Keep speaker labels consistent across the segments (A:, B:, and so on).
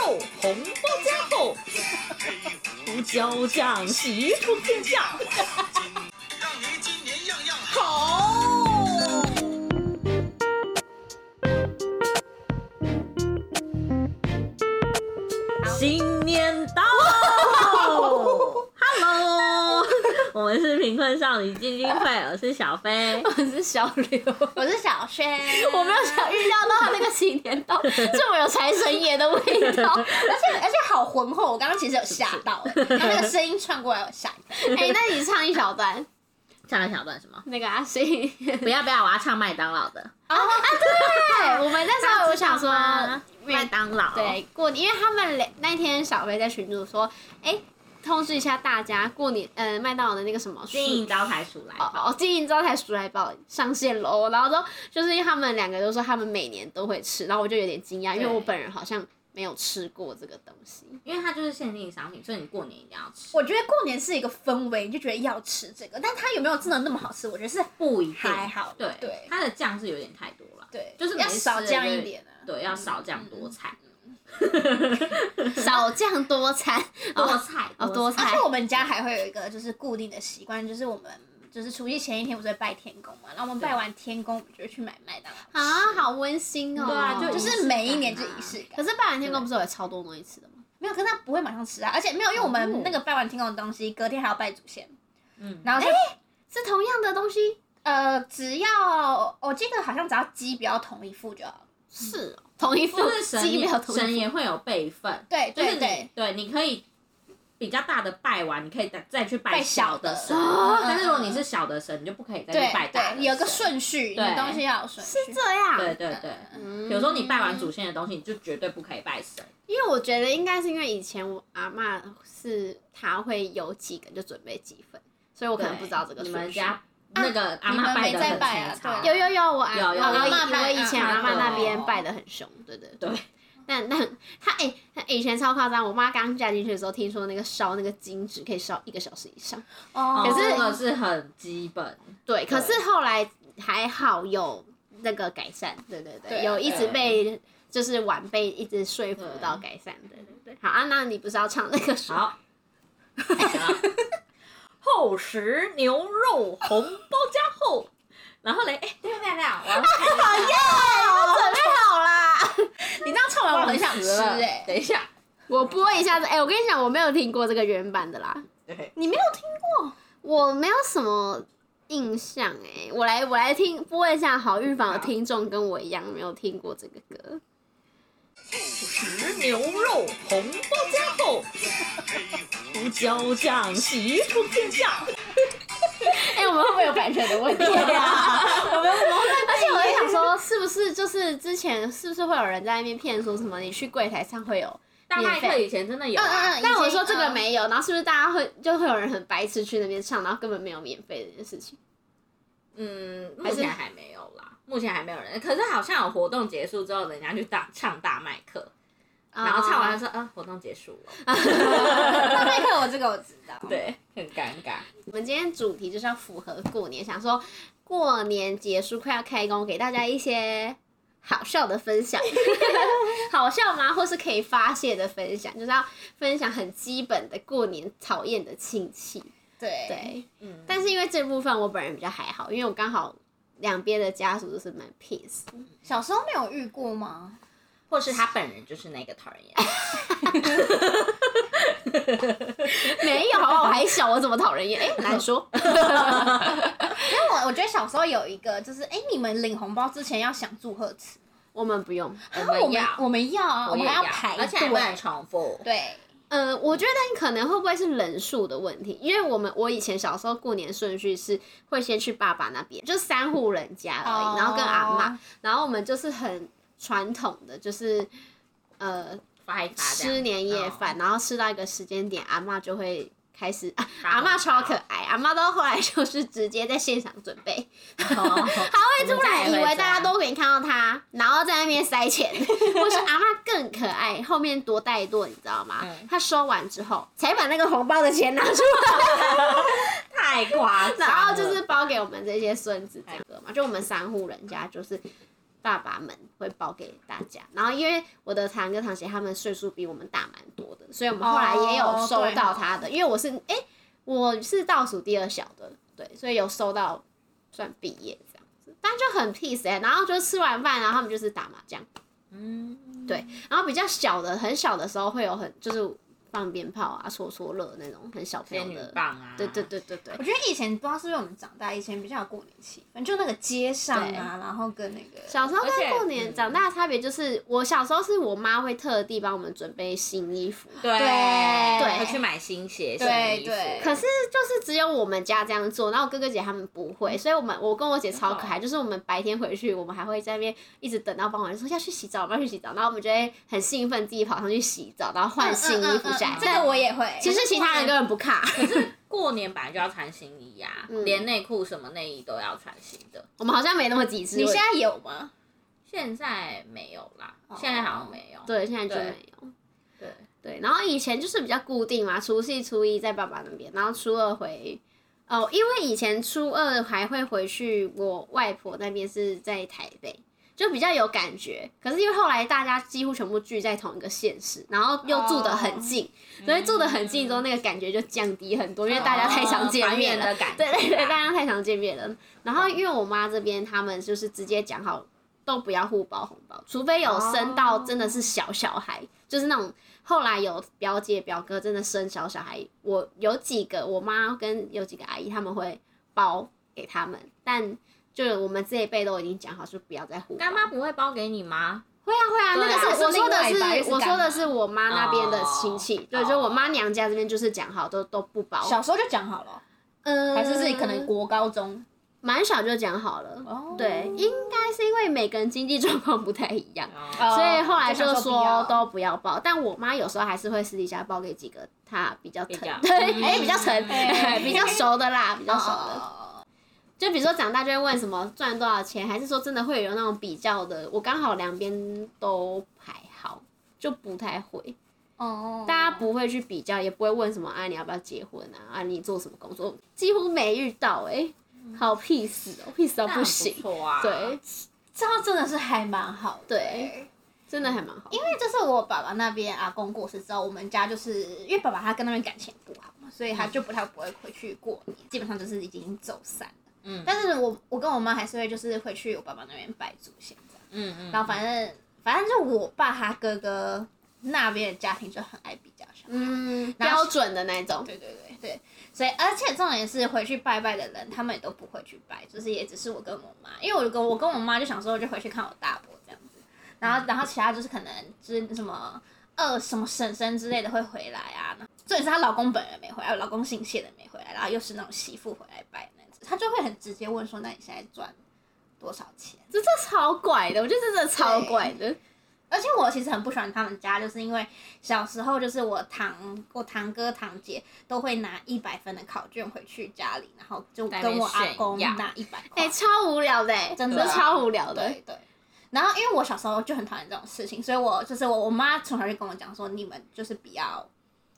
A: 后，红包加厚，胡椒酱洗充天下。
B: 让您今年样样好。
A: 好，新年到，Hello，我们是贫困少女基金会，我是小飞。
C: 我是小刘，
D: 我是小轩，
C: 我没有想预料到他那个新年到 这么有财神爷的味 道。
D: 而且而且好浑厚，我刚刚其实有吓 到，然后那个声音传过来，我吓一跳。
C: 哎、那你唱一小段
A: 唱了小段什么？
C: 那个啊，新年
A: 不要不要，我要唱麦当劳的。
C: 啊啊，对，我们那时候我想说，
A: 麦当劳，
C: 对，过年，因为他们俩那天小飞在群组说，哎、通知一下大家，过年呃麦当劳的那个什么
A: 金银招财鼠来
C: 哦
A: 宝。
C: 哦，经营招财鼠来宝上线喽。然后都就是因为他们两个都说他们每年都会吃，然后我就有点惊讶，因为
A: 对
C: 我本人好像没有吃过这个东西。
A: 因为它就是限定商品，所以你过年一定要吃。
D: 我觉得过年是一个氛围，你就觉得要吃这个，但它有没有真的那么好吃？我觉得是
A: 不一定
D: 还好
A: 对
D: 对
A: 它的酱是有点太多了，
D: 对，
A: 就是
D: 要
A: 没吃
D: 少
A: 的
D: 酱
A: 就
D: 一
A: 是
D: 点啊。
A: 对，要少酱多菜，
C: 少酱多餐，
A: 多菜
C: 哦多菜
D: 而且我们家还会有一个就是固定的习惯，就是我们就是除夕前一天不是会拜天公嘛，然后我们拜完天公，我们就会去买麦当劳。
C: 啊，好温馨哦。
A: 对啊就
D: 就
A: 仪
D: 是
A: 式
D: 每一年就
A: 感啊
D: 仪式感
C: 可，是拜完天公不是有超多东西吃的吗？
D: 没有，可是他不会马上吃啊，而且没有，因为我
A: 哦
D: 们那个拜完天公的东西，隔天还要拜祖先，
A: 嗯，
D: 然后就
C: 是同样的东西，
D: 呃，只要我记得好像只要鸡不要同一副就好。
C: 是哦，同一副
A: 就是神
C: 鸡没
A: 也
C: 有同
A: 神
C: 一
A: 也
C: 副。
A: 会有备份，
D: 对
A: 就是
D: 对
A: 你对，
D: 对，
A: 你可以比较大的拜完，你可以再再去拜
D: 拜小
A: 的
D: 的
A: 神，
D: 哦
A: 但是如果你是小的神，你就不可以再
D: 对
A: 去拜大的神
D: 对，有个，顺序，你
A: 对
D: 东西要有顺序。
C: 是这样，
A: 对对对。
C: 嗯
A: 比如说你拜完祖先的东西，你就绝对不可以拜神。
C: 因为我觉得应该是因为以前我阿嬷是她会有几个就准备几份，所以我可能
A: 对
C: 不知道这个
A: 你
C: 顺
A: 们
C: 序。
A: 家那个阿
D: 你
A: 妈
D: 们
A: 拜
D: 没
A: 的
D: 在
A: 很
D: 拜啊
A: 勤操，
D: 对
C: 有有有，我阿
A: 有有
C: 我
A: 阿
D: 嬷
C: 我
D: 拜
C: 以前
D: 嗯
C: 阿嬷那边
D: 哦
C: 拜的很凶，对对对。
A: 对，
C: 那那她哎，她以前超夸张。我妈刚嫁进去的时候，听说那个烧那个金纸可以烧一个小时以上。
D: 哦
A: 可
C: 可
A: 是
C: 是
A: 这个是很基本，
C: 对，可是后来还好有那个改善，对对对，
D: 对啊
C: 有一直被就是晚辈一直说服到改善，对对对。好啊，那你不是要唱那个什么？
A: 好，厚实牛肉红包加厚，然后嘞，哎、对对对对，我要看一下
C: 准备好啦，
D: 你这样唱完我很想吃
A: 忘词了
D: 哎，
A: 等一下，
C: 我播一下子。哎、我跟你讲，我没有听过这个原版的啦，
A: 对，
D: 你没有听
C: 我没有什么印象哎、我来我来听播一下，好，预防有听众跟我一样没有听过这个歌。
A: 实牛肉红包加厚，胡椒酱洗出天 下。
C: 哎、我们会不会有版权的问题啊？
A: 我们我们
C: 而且我在想说，是不是就是之前是不是会有人在那边骗说什么你去柜台上会有？
A: 大麦克以前真的有、
D: 嗯
A: 啊
D: 嗯，嗯
C: 但我说这个 没有，然后是不是大家会就会有人很白痴去那边唱，然后根本没有免费这件事情？
A: 嗯，目
C: 还是
A: 前还没有啦，目前还没有人。可是好像有活动结束之后，人家去大唱大麦克，然后唱完
C: 哦
A: 说，啊，活动结束了，
D: 大麦克，我这个我知道。
A: 对，很尴尬。
C: 我们今天主题就是要符合过年，想说过年结束快要开工，给大家一些好笑的分享， 好笑吗？或是可以发泄的分享，就是要分享很基本的过年讨厌的亲戚。
D: 对
C: 对，
A: 嗯，
C: 但是因为这部分我本人比较还好，因为我刚好两边的家属都是蛮 peace 的。
D: 小时候没有遇过吗？
A: 或是他本人就是那个讨人厌。
C: 没有，好不好我还小，我怎么讨人厌？哎、难说。
D: 因为我我觉得小时候有一个就是，哎，你们领红包之前要想祝贺词，
C: 哎我们不用。
A: 我
D: 那我
A: 们
D: 们
A: 要，
D: 我们要啊，我
A: 也
D: 们还要排
A: 而且还不能
D: 队。
A: 重复。
D: 对，
C: 呃，我觉得可能会不会是人数的问题，因为我们我以前小时候过年顺序是会先去爸爸那边，就三户人家而已，然后跟阿妈，
D: 哦
C: 然后我们就是很传统的，就是呃
A: 发一发这样
C: 吃年夜饭，然后吃到一个时间点，阿妈就会。开始，啊阿妈超可爱，阿妈到后来就是直接在现场准备，
A: 哦
C: 她会突啊然以为大家都没看到她，然后在那边塞钱，或是阿妈更可爱，后面多带一剁，你知道吗
A: 嗯？
C: 她收完之后才把那个红包的钱拿出来，
A: 太 夸张了，
C: 然后就是包给我们这些孙子这样子嘛，就我们三户人家就是。爸爸们会包给大家。然后因为我的堂哥堂姐他们岁数比我们大蛮多的，所以我们后来也有
D: 哦
C: 收
D: 对
C: 到他的，因为我是哎、我是倒数第二小的，对，所以有收到算毕业这样子，但就很 peace 哎、然后就吃完饭，然后他们就是打麻将，
A: 嗯，
C: 对然后比较小的很小的时候会有很就是放鞭炮啊、戳戳乐那种很小朋
A: 仙
C: 友
A: 女
C: 的，
A: 棒啊，
C: 对对对对对
D: 我。觉得以前不知道是不是我们长大，以前比较有过年气氛，就那个街上
C: 对
D: 啊，然后跟那个
C: 小时候
A: 而且
C: 跟过年
A: 嗯
C: 长大的差别就是，我小时候是我妈会特地帮我们准备新衣服，
A: 对
D: 对
A: 会去买新鞋、新
D: 对
A: 衣服
D: 对，
C: 可是就是只有我们家这样做，然后哥哥姐他们不会，所以我们我跟我姐超可爱，就是我们白天回去，我们还会在那边一直等到傍晚，说要去洗澡，我们要去洗澡，然后我们就会很兴奋，自己跑上去洗澡，然后
D: 嗯
C: 换新衣服下来。
D: 这
C: 但
D: 个我也会。
C: 其实其他人根本不 看，
A: 过年本来就要穿新衣呀、
C: 嗯
A: 连内裤什么内衣都要穿新的。
C: 我们好像没那么极致。
D: 你现在有吗？
A: 现在没有啦，现在好像没有。
C: 哦对现在就没有。
A: 对，
C: 对，然后以前就是比较固定嘛，除夕、初一在爸爸那边，然后初二回。哦，因为以前初二还会回去我外婆那边，是在台北，就比较有感觉。可是因为后来大家几乎全部聚在同一个县市，然后又住得很近
A: 哦
C: 所以住得很近之
A: 嗯
C: 后，那个感觉就降低很多，因为大家太常见面了。
A: 的感觉，
C: 对对对，大家太常见面了。然后因为我妈这边，他们就是直接讲好，都不要互包红包，除非有生到真的是小小孩，就是那种后来有表姐表哥真的生小小孩，我有几个我妈跟有几个阿姨他们会包给他们，但就是我们这一辈都已经讲好，就不要再互包。
A: 干妈不会包给你吗？
C: 会啊会啊，
A: 对啊
C: 那个是我说的
D: 是另外一
C: 是
D: 半
C: 我说的
D: 是
C: 是
D: 干嘛哦
C: 我妈那边的亲戚，对，就我妈娘家这边就是讲好都都不包，
D: 小时候就讲好了，
C: 嗯，
D: 还是自己可能国高中
C: 蛮小就讲好了。
D: 哦
C: 对，应该是因为每个人经济状况不太一样，
A: 哦，
C: 所以后来就
D: 就想说不
C: 说
D: 要
C: 都不要报。但我妈有时候还是会私底下报给几个她比较
A: 比
C: 疼，
A: 较
C: 对，
A: 嗯
C: 哎，比较疼
D: 哎，
C: 比较熟的啦，比较
D: 小
C: 熟
A: 哦
C: 的。
D: 哦
C: 就比如说长大就会问什么赚多少钱，还是说真的会有那种比较的？我刚好两边都还好，就不太会。
D: 哦，
C: 大家不会去比较，也不会问什么啊你要不要结婚啊啊你做什么工作，几乎没遇到哎、好 peace 哦，peace 到
A: 嗯那很
C: 不行。
A: 错啊，
C: 对，
D: 这样真的是还蛮好的。
C: 对，真的还蛮好。因
D: 因为这是我爸爸那边阿公过世之后，我们家就是因为爸爸他跟那边感情不好嘛，所以
C: 嗯
D: 他就不太不会回去过年，基本上就是已经走散了。
A: 嗯
D: 但是我我跟我妈还是会就是回去我爸爸那边拜祖先这样。
A: 嗯嗯，
D: 然后反正反正就我爸他哥哥那边的家庭就很爱比较小。
C: 嗯，
D: 然
C: 标
D: 后
C: 准的那一种，
D: 对对对对，所以而且重点是回去拜拜的人，他们也都不会去拜，就是也只是我跟我妈，因为我跟我跟我妈就想说，我就回去看我大伯这样子，然后然后其他就是可能就是什么二什么婶婶之类的会回来啊，重点是她老公本人没回来，老公姓谢的没回来，然后又是那种媳妇回来拜那样子，她就会很直接问说，那你现在赚多少钱？
C: 这这超怪的，我觉得这真的超怪的。
D: 而且我其实很不喜欢他们家，就是因为小时候就是我堂我堂哥堂姐都会拿一百分的考卷回去家里，然后就
A: 在那
D: 跟
A: 边
D: 我阿公
A: 炫耀
D: 拿一百块。
C: 哎、超无聊的、哎，
D: 真的
C: 这超无聊的。
D: 对对。然后因为我小时候就很讨厌这种事情，所以我就是我我妈从小就跟我讲说，你们就是不要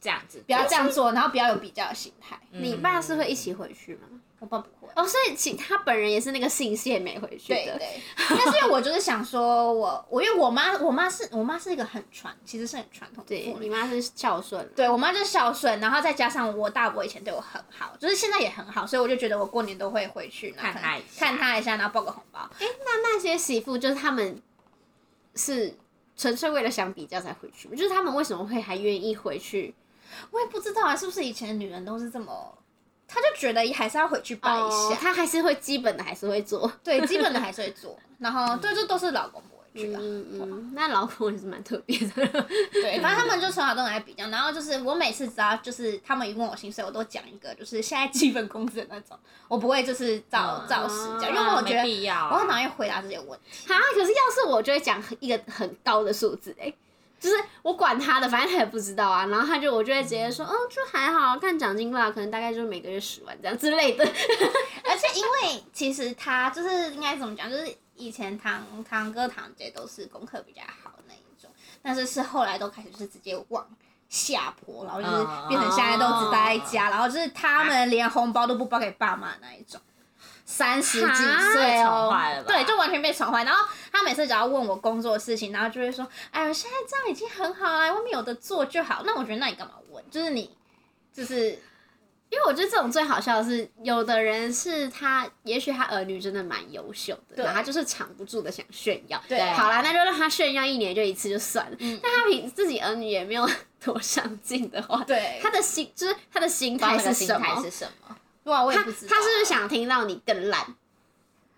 A: 这样子，
D: 不要这样做，然后不要有比较的心态。
A: 嗯
C: 你爸是会一起回去吗？
D: 我爸不会。
C: 哦，所以其他本人也是那个姓谢没回去
D: 对
C: 的。
D: 对，但是我就是想说我我因为我妈我妈是我妈是一个很传其实是很传统的
C: 对
D: 妇女
C: 你，妈是孝顺啦，
D: 对我妈就是孝顺，然后再加上我大伯以前对我很好，就是现在也很好，所以我就觉得我过年都会回去然后
A: 看
D: 可能
A: 她一下
D: 看她一下，然后包个红包。
C: 那些媳妇就是他们是纯粹为了想比较才回去吗，就是他们为什么会还愿意回去？
D: 我也不知道啊，是不是以前的女人都是这么，她就觉得还是要回去拜一下，
C: 哦他还是会基本的还是会做。
D: 对，基本的还是会 做。然后对，这都是老公不会去啊。
C: 嗯嗯，那老公也是蛮特别的。
D: 对，反正他们就从小都很爱比较。然后就是我每次只要就是他们一问我薪水，我都讲一个就是现在基本工资的那种，我不会就是照、
A: 嗯
D: 照实
C: 对
D: 讲，因为我觉
A: 没
D: 得
A: 必要啊，
D: 我很讨厌回答这些问题。
C: 哈，啊可是要是我就会讲很一个很高的数字哎、就是我管他的，反正他也不知道啊。然后他就我就会直接说，嗯，就还好，看奖金吧，可能大概就是每个月十万这样之类的。
D: 而且因为其实他就是应该怎么讲，就是以前堂堂哥堂姐都是功课比较好那一种，但是是后来都开始就是直接往下坡，然后
C: 啊
D: 就是变成现在都只待在家，然后就是他们连红包都不包给爸妈那一种。三十几
C: 哈
D: 岁
A: 宠
C: 啊
D: 哦
A: 坏了，吧
D: 对，就完全被宠坏。然后他每次只要问我工作的事情，然后就会说：“哎呦，现在这样已经很好了，外面有的做就好。”那我觉得那你干嘛问？就是你，就是
C: 因为我觉得这种最好笑的是，有的人是他，也许他儿女真的蛮优秀的，
D: 对
C: 然后他就是藏不住的想炫耀。
D: 对
C: 好啦，那就让他炫耀一年就一次就算了。
D: 嗯
C: 但他比自己儿女也没有 多上进的话，
D: 对
C: 他的心就是他的心
A: 他
C: 态
A: 们的
C: 是
A: 心
C: 什么？
A: 态是什么？
D: 哇，我也
C: 他他
D: 不
C: 是
D: 知道啊。
C: 不是想听到你更烂？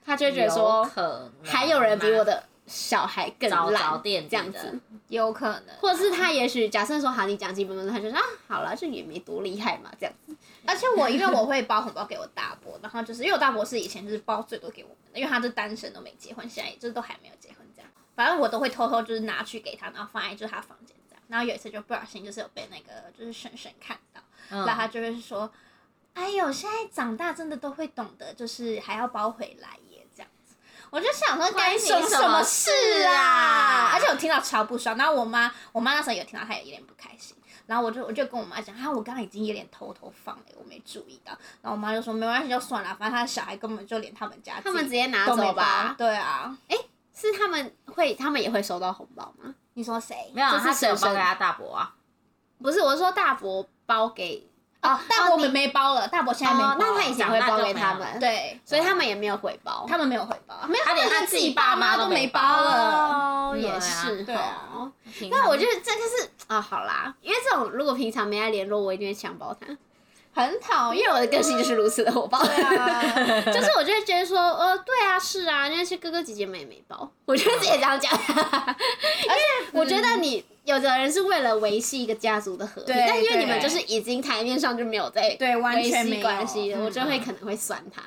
C: 他就会
A: 就
C: 觉得说，
A: 可能
C: 还有人比
A: 的
C: 我的小孩更
A: 早早
C: 烂，
A: 垫底
C: 这样
A: 的
C: 子。
D: 有可能，
C: 或者是他也许假设说好，你讲基本分，他就说啊，好了，这也没多厉害嘛，这样子。
D: 而且我因为我会包红包给我大伯，然后就是因为我大伯是以前就是包最多给我们的，因为他是单身都没结婚，现在就是都还没有结婚这样。反正我都会偷偷就是拿去给他，然后放在就是他房间这样。然后有一次就不小心就是有被那个就是婶婶看到，
A: 嗯
D: 然后他就会说：“哎呦，现在长大真的都会懂得，就是还要包回来耶。”这样子，我就想说
A: 关
D: 干
A: 你
D: 你
A: 什
D: 什
A: 么
D: 么
A: 事
D: 事
A: 啊
D: 啊？而且我听到超不爽，然后我妈，我妈那时候有听到，她也有点不开心。然后我就我就跟我妈讲，啊，我刚刚已经有点偷偷放了，我没注意到。然后我妈就说没关系，就算了，反正她的小孩根本就连他们家
C: 他们直
D: 自己
C: 接拿
D: 都没
C: 走
D: 包
C: 吧。
D: 对啊，
C: 是他们会，他们也会收到红包吗？
D: 你说谁？
A: 没有，
C: 这是
A: 他只有
C: 婶
A: 包
C: 婶
A: 给他大伯啊，
C: 不是，我是说大伯包给
D: 哦，大伯我们没包了，大伯现在没包
C: 哦
D: 了、，
C: 那他以前会包给他
A: 长大
C: 们，，
D: 对，
C: 所以他们也没有回包。
D: 他们没有回包，没有，
A: 他连
D: 们
A: 他自己爸妈
D: 妈
A: 都没
D: 没
A: 包
D: 了。
C: 哦，
A: 嗯
C: 也是
D: 对啊
C: 哦。
A: 那
C: 那我觉得这就是啊、好啦，因为这种如果平常没来联络，我一定会强暴他，哦
D: 很讨
C: 因
D: 厌。
C: 为我的个性就是如此的火爆。
D: 啊，
C: 就是我就会觉得说，呃，对啊，是啊，那些哥哥姐姐妹妹包， 我觉得自己也这样讲，因为我觉得你有的人是为了维系一个家族的和平，
D: 对
C: 但因为你们就
D: 对
C: 是已经台面上就没有在
D: 对，完
C: 维
D: 全没
C: 系
D: 有
C: 关系了，我就会
A: 嗯
C: 可能会酸他，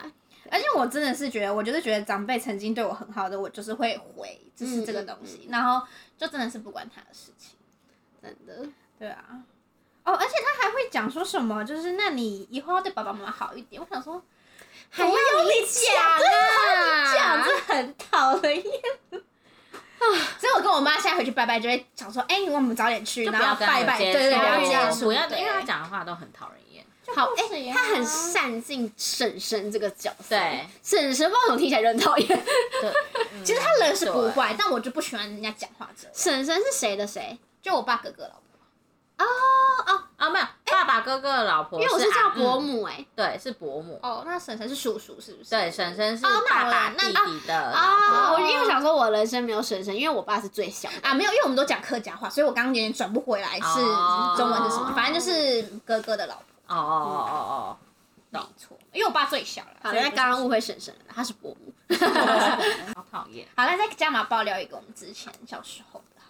D: 而且我真的是觉得，我就是觉得长辈曾经对我很好的，我就是会回，就是这个东西，然后就真的是不关他的事情。
C: 真的。
D: 对啊，哦，而且他还会讲说什么，就是那你以后要对爸爸妈妈好一点。我想说，
C: 还要你讲
D: 讲
C: 啊！
D: 这很讨人厌。
A: 啊
D: 所以，我跟我妈现在回去拜拜，就会想说，哎、我们早点去，
A: 就
D: 然
A: 不要
D: 后
A: 跟他
D: 拜
A: 有
D: 拜，
A: 接
D: 对
A: 触
D: 对，不要
C: 接
D: 接
C: 触
D: 触，
A: 不要，因为他
D: 对
A: 讲的话都很讨人厌。
C: 好，哎、
D: 哎
C: 他很善尽婶婶这个角色，
A: 对，
C: 婶婶不知道怎么听起来就很讨厌。
A: 对，
D: 其实他人是不
A: 对
D: 坏，但我就不喜欢人家讲话这样。
C: 婶婶是谁的谁？
D: 就我爸哥哥老婆，
A: 啊没有，爸爸哥哥的老婆
C: 因为我是叫
A: 阿
C: 伯，
A: 嗯
C: 母、哎、
A: 对，是伯母。
D: 哦，那婶婶是叔叔是不是？
A: 对，婶婶是
D: 哦那
A: 爸
D: 我
A: 爸
D: 那哦
A: 弟弟的
C: 啊，
A: 老
C: 我
A: 婆。
C: 因为想说，我人生没有婶婶，因为我爸是最小的。
D: 啊，没有，因为我们都讲客家话，所以我刚刚有点转不回来是
A: 哦
D: 中文是什么，反正就是哥哥的老婆，
A: 哦哦哦
D: 没错，因为我爸最小了。
C: 好，
D: 所以
C: 那
D: 不是
C: 刚刚
D: 叔
C: 误会婶婶了，她是伯母。
D: 嗯
A: 哦哦，好讨厌。
D: 好，那再加码爆料一个我们之前小时候的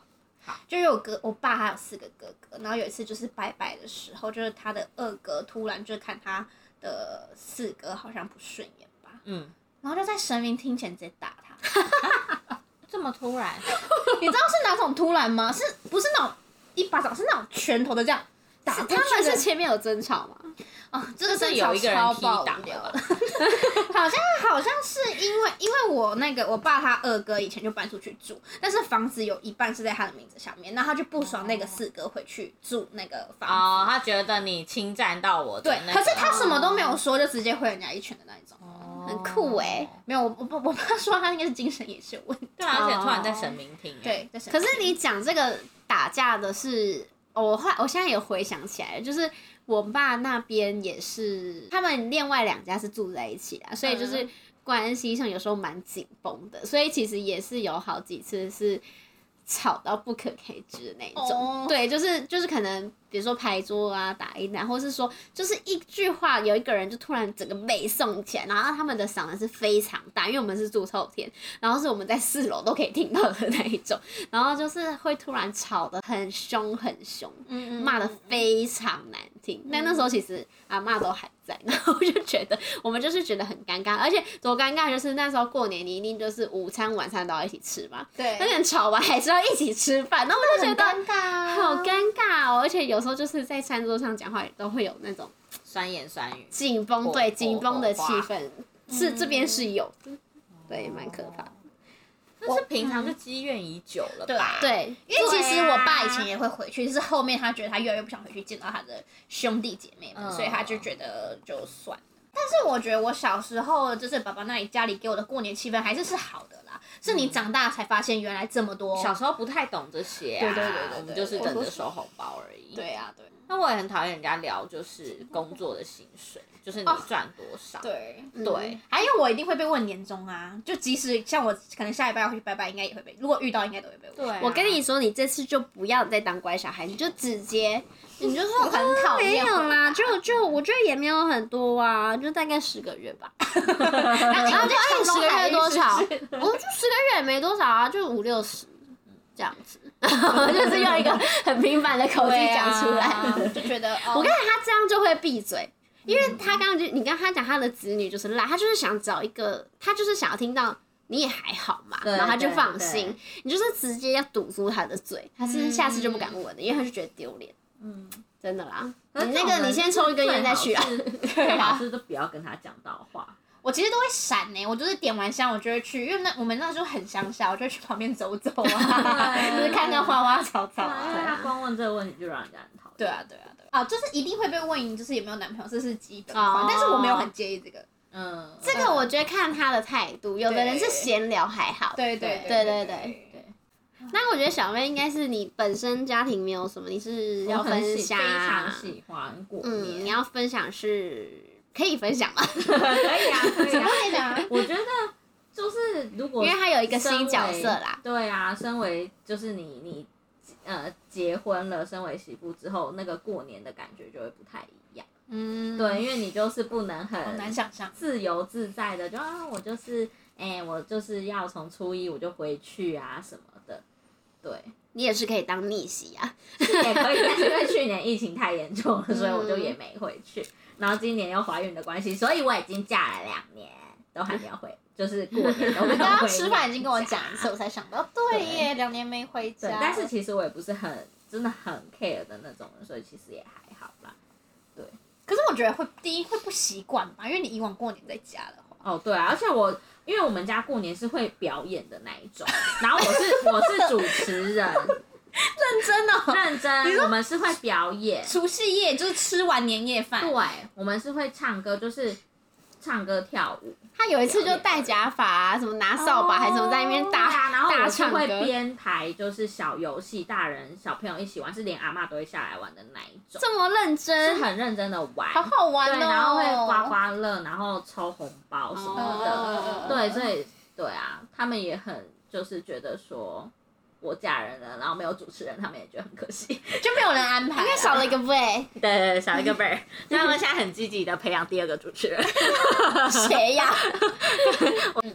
D: 好了，就有哥，我爸还有四个哥哥，然后有一次就是拜拜的时候，就是他的二哥突然就看他的四哥好像不顺眼吧，
A: 嗯，
D: 然后就在神明厅前直接打他，
A: 这么突然，
D: 你知道是哪种突然吗？是不是那种一巴掌，是那种拳头的这样打
C: 是
D: 过去
C: 他们
D: 的
C: 是前面有争吵吗？
D: 哦，真 的
A: 就是是有一个人
D: 超
A: 踢
D: 爆
A: 打
D: 无聊
A: 了
D: 了。好像好像是因为因为我那个我爸他二哥以前就搬出去住，但是房子有一半是在他的名字上面，那他就不爽那个四哥回去住那个房子。
A: 哦，他觉得你侵占到我的
D: 对，
A: 那个哦
D: 可是哦他什么都没有说，就直接挥人家一拳的那一种。
C: 很酷欸
D: 没有，我我我我爸说他应该是精神也是有问题。
A: 对啊，而且突然在神明厅，，
D: 哦
A: 欸
D: 对，但是
C: 可是你讲这个打架的是，哦我后来我现在也回想起来了，就是我爸那边也是，他们另外两家是住在一起的，所以就是
D: 嗯
C: 关系上有时候蛮紧绷的，所以其实也是有好几次是。吵到不可开交的那一种
D: 哦
C: 对，就是就是可能，比如说牌桌啊、打一打，或是说就是一句话，有一个人就突然整个背诵起来，然后他们的嗓门是非常大，因为我们是住透天，然后是我们在四楼都可以听到的那一种，然后就是会突然吵得很凶很凶，
D: 嗯
C: 骂得非常难听。但那时候其实阿妈都还在，然后就觉得我们就是觉得很尴尬，而且多尴尬就是那时候过年你一定就是午餐晚餐都要一起吃嘛，
D: 对，
C: 而且吵完还是要一起吃饭，然后我就觉
D: 很
C: 得
D: 尴尬啊，
C: 好尴尬哦，而且有时候就是在餐桌上讲话也都会有那种
A: 酸言酸语，
C: 紧绷
A: 火火
C: 对紧绷的气
A: 火花
C: 氛，是这边是有的，对，蛮可怕的。
A: 但是平常就积怨已久了吧？
D: 嗯对
C: 对，
D: 因为其实我爸以
C: 对啊
D: 前也会回去，就是后面他觉得他越来越不想回去见到他的兄弟姐妹们，
A: 嗯
D: 所以他就觉得就算了。但是我觉得我小时候就是爸爸那里家里给我的过年气氛还是是好的啦，是你长大才发现原来这么多。
A: 小时候不太懂这些、啊，
D: 对对对对对
A: 我们就是等着收红包而已。
D: 对啊，对
A: 那我也很讨厌人家聊就是工作的薪水，就是你赚多少。
D: 哦对。
A: 对，
D: 嗯还有我一定会被问年终啊，就即使像我可能下礼拜要去拜拜，应该也会被，如果遇到应该都会被问。
A: 对啊
C: 我跟你说，你这次就不要再当乖小孩，你就直接你就说
D: 我很讨
C: 没
D: 厌回答
C: 有啦，就就我觉得也没有很多啊，就大概十个月 吧。然后就哎，十个月多少？我就十个月也没多少啊，就五六十这样子，就是用一个很平凡的口气
D: 对
C: 讲出来。
D: 啊，就觉得哦，
C: 我跟你讲，他这样就会闭嘴，
A: 嗯
C: 因为他刚刚就你跟他讲他的子女就是烂，他就是想找一个，他就是想要听到你也还好嘛，
A: 对
C: 然后他就
A: 对
C: 放
A: 对
C: 心。你就是直接要堵住他的嘴，他是下次就不敢问了，因为他就觉得丢脸。
A: 嗯，
C: 真的啦，
A: 可是
C: 你
A: 这
C: 嗯那
A: 种
C: 个
A: 人
C: 你先抽一根烟再去啊。
A: 最好是都不要跟他讲到话。
D: 我其实都会闪呢、我就是点完香我就会去，因为那我们那时候很乡下，我就会去旁边走走 啊，就是看看花花草草
A: 因为
D: 啊。
A: 呃他光问这个问题就让人家很讨厌。
D: 对啊，对啊，对啊，啊就是一定会被问，就是有没有男朋友，这是基本款。
C: 哦
D: 但是我没有很介意这个。
A: 嗯，
C: 这个我觉得看他的态度，有的人是闲聊还好。
D: 对对
C: 对对
D: 对
C: 对那我觉得小妹应该是你本身家庭没有什么，你是要
A: 我很
C: 分
A: 喜
C: 享
A: 非，常喜欢过
C: 嗯，你
A: 年，
C: 要分享是 可以分享吗？
A: 可以啊，可以啊。
D: 对啊，
A: 我觉得就是如果
C: 因为他有一
A: 一
C: 个新角色啦，，
A: 对啊，身为就是你你呃结婚了，身为媳妇之后，那个过年的感觉就会不太一样。
D: 嗯，
A: 对，因为你就是不能很
D: 很难想象。
A: 自由自在的，就啊，我就是哎、我就是要从初一我就回去啊什么的，对，
C: 你也是可以当逆袭啊。
A: 也可以，但是因为去年疫情太严重了，所以我就
D: 嗯
A: 也没回去。然后今年又怀孕的关系，所以我已经嫁了两年，都还没有回，就是过年都没有回。
D: 刚刚吃饭已经跟我 讲一次，我才想到，对耶，两年没回
A: 对
D: 家。，
A: 但是其实我也不是很真的很 care 的那种人，所以其实也还好啦。
D: 可是我觉得会第一会不习惯吧，因为你以往过年在家的话，
A: 哦，对啊、而且我因为我们家过年是会表演的那一种，然后我是我是主持人，
D: 认真哦。
A: 认真，我们是会表演，
D: 除夕夜就是吃完年夜饭，
A: 对，我们是会唱歌，就是唱歌跳舞，
C: 他有一次就戴假发、啊，什么拿扫把，还什么在那边
A: 对
C: 打
A: 啊，然后
C: 大
A: 我是
C: 唱
A: 会
C: 歌，
A: 编排就是小游戏，大人小朋友一起玩，是连阿嬷都会下来玩的哦那一种，
C: 这么认
A: 是
C: 真，
A: 很认真的玩，
D: 好好玩哦。
A: 对，然后会刮刮乐，然后抽红包什么的，
D: 哦
A: 对，所以对啊，他们也很就是觉得说我嫁人了，然后没有主持人，他们也觉得很可惜。
D: 就没有人安排
C: 应该
D: 了，
C: 少了一个位，
A: 对对对，少一个 辈儿，所以他们现在很积极的培养第二个主持人。
C: 谁呀？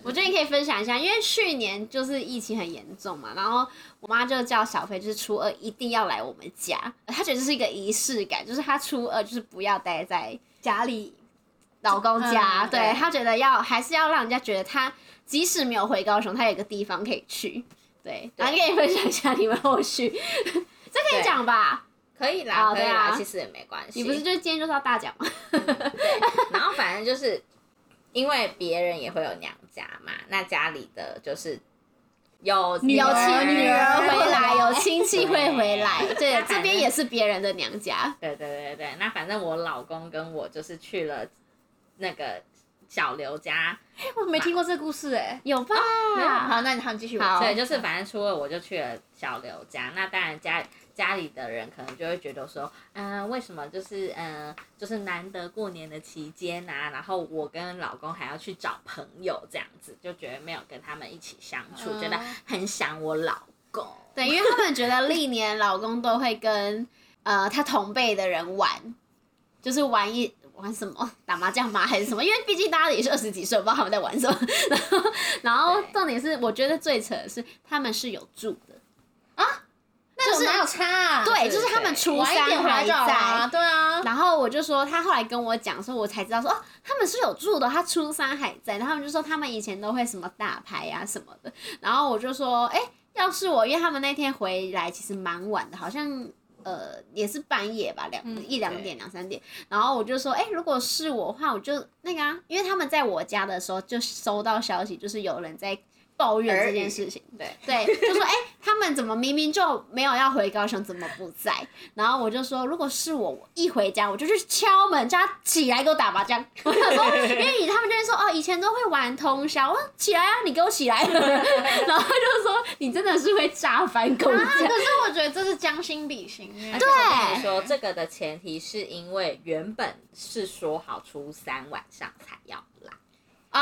C: 我觉得你可以分享一下，因为去年就是疫情很严重嘛，然后我妈就叫小飞，就是初二一定要来我们家，她觉得这是一个仪式感，就是她初二就是不要待在
D: 家里
C: 老公家，
D: 嗯
C: 对
D: 对
C: 她觉得要还是要让人家觉得她即使没有回高雄，她有一个地方可以去，对，然后可以分享一下你们后续， 这可以
A: 对
C: 讲吧？
A: 可以
C: 哦对啊
A: 实也没关
C: 你不是就今天就是要大奖吗？
A: 然后反正就是因为别人也会有娘家嘛，那家里的就是有
D: 女
C: 有
D: 儿
C: 亲女儿回来，有亲戚会
A: 对
C: 回来，对
A: 那，
C: 这
A: 反
C: 边
A: 正
C: 也是别人的娘家，
A: 对对对对，那反正我老公跟我就是去了那个小刘家，
D: 我没听过这个故事哎、
C: 哦有吧？
D: 好，那你好，你继续。
C: 好
A: 对，就是反正初二我就去了小刘家。那当然家家里的人可能就会觉得说，嗯、为什么就是嗯、呃就是难得过年的期间啊，然后我跟老公还要去找朋友这样子，就觉得没有跟他们一起相处，
D: 嗯
A: 觉得很想我老公。
C: 对，因为他们觉得历年老公都会跟呃他同辈的人玩，就是玩一玩什么打麻将吗还是什么？因为毕竟大家也是二十几岁，我不知道他们在玩什么。 然后，然后
A: 对
C: 重点是，我觉得最扯的是他们是有住的，
D: 那
C: 就是
D: 有哪有差、啊？
C: 对，
A: 对
C: 就是他们
A: 对
C: 初
D: 晚一点
C: 三
D: 回来
C: 还
D: 就好啦、
C: 在。
D: 对啊，
C: 然后我就说，他后来跟我讲说，我才知道说，哦，他们是有住的，他初三还在。然后他们就说，他们以前都会什么打牌呀、什么的。然后我就说，哎，要是我，因为他们那天回来其实蛮晚的，好像呃也是半夜吧，两、
D: 嗯
C: 一两
A: 对
C: 点、两三点。然后我就说，哎，如果是我的话，我就那个啊，因为他们在我家的时候就收到消息，就是有人在。抱怨
A: 而
C: 这
A: 已
C: 件事情。
A: 对
C: 对，就说哎、他们怎么明明就没有要回高雄，怎么不在？然后我就说，如果是我，我一回家我就去敲门，叫他起来给我打麻将。 我想说，因为他们就会说哦，以前都会玩通宵，我说起来啊，你给我起来。 然后就说你真的是会炸翻公
D: 啊，
C: 家。
D: 可是我觉得这是将心比心哎。
A: 而且我跟你
C: 对
A: 说，这个的前提是因为原本是说好初三晚上才要来，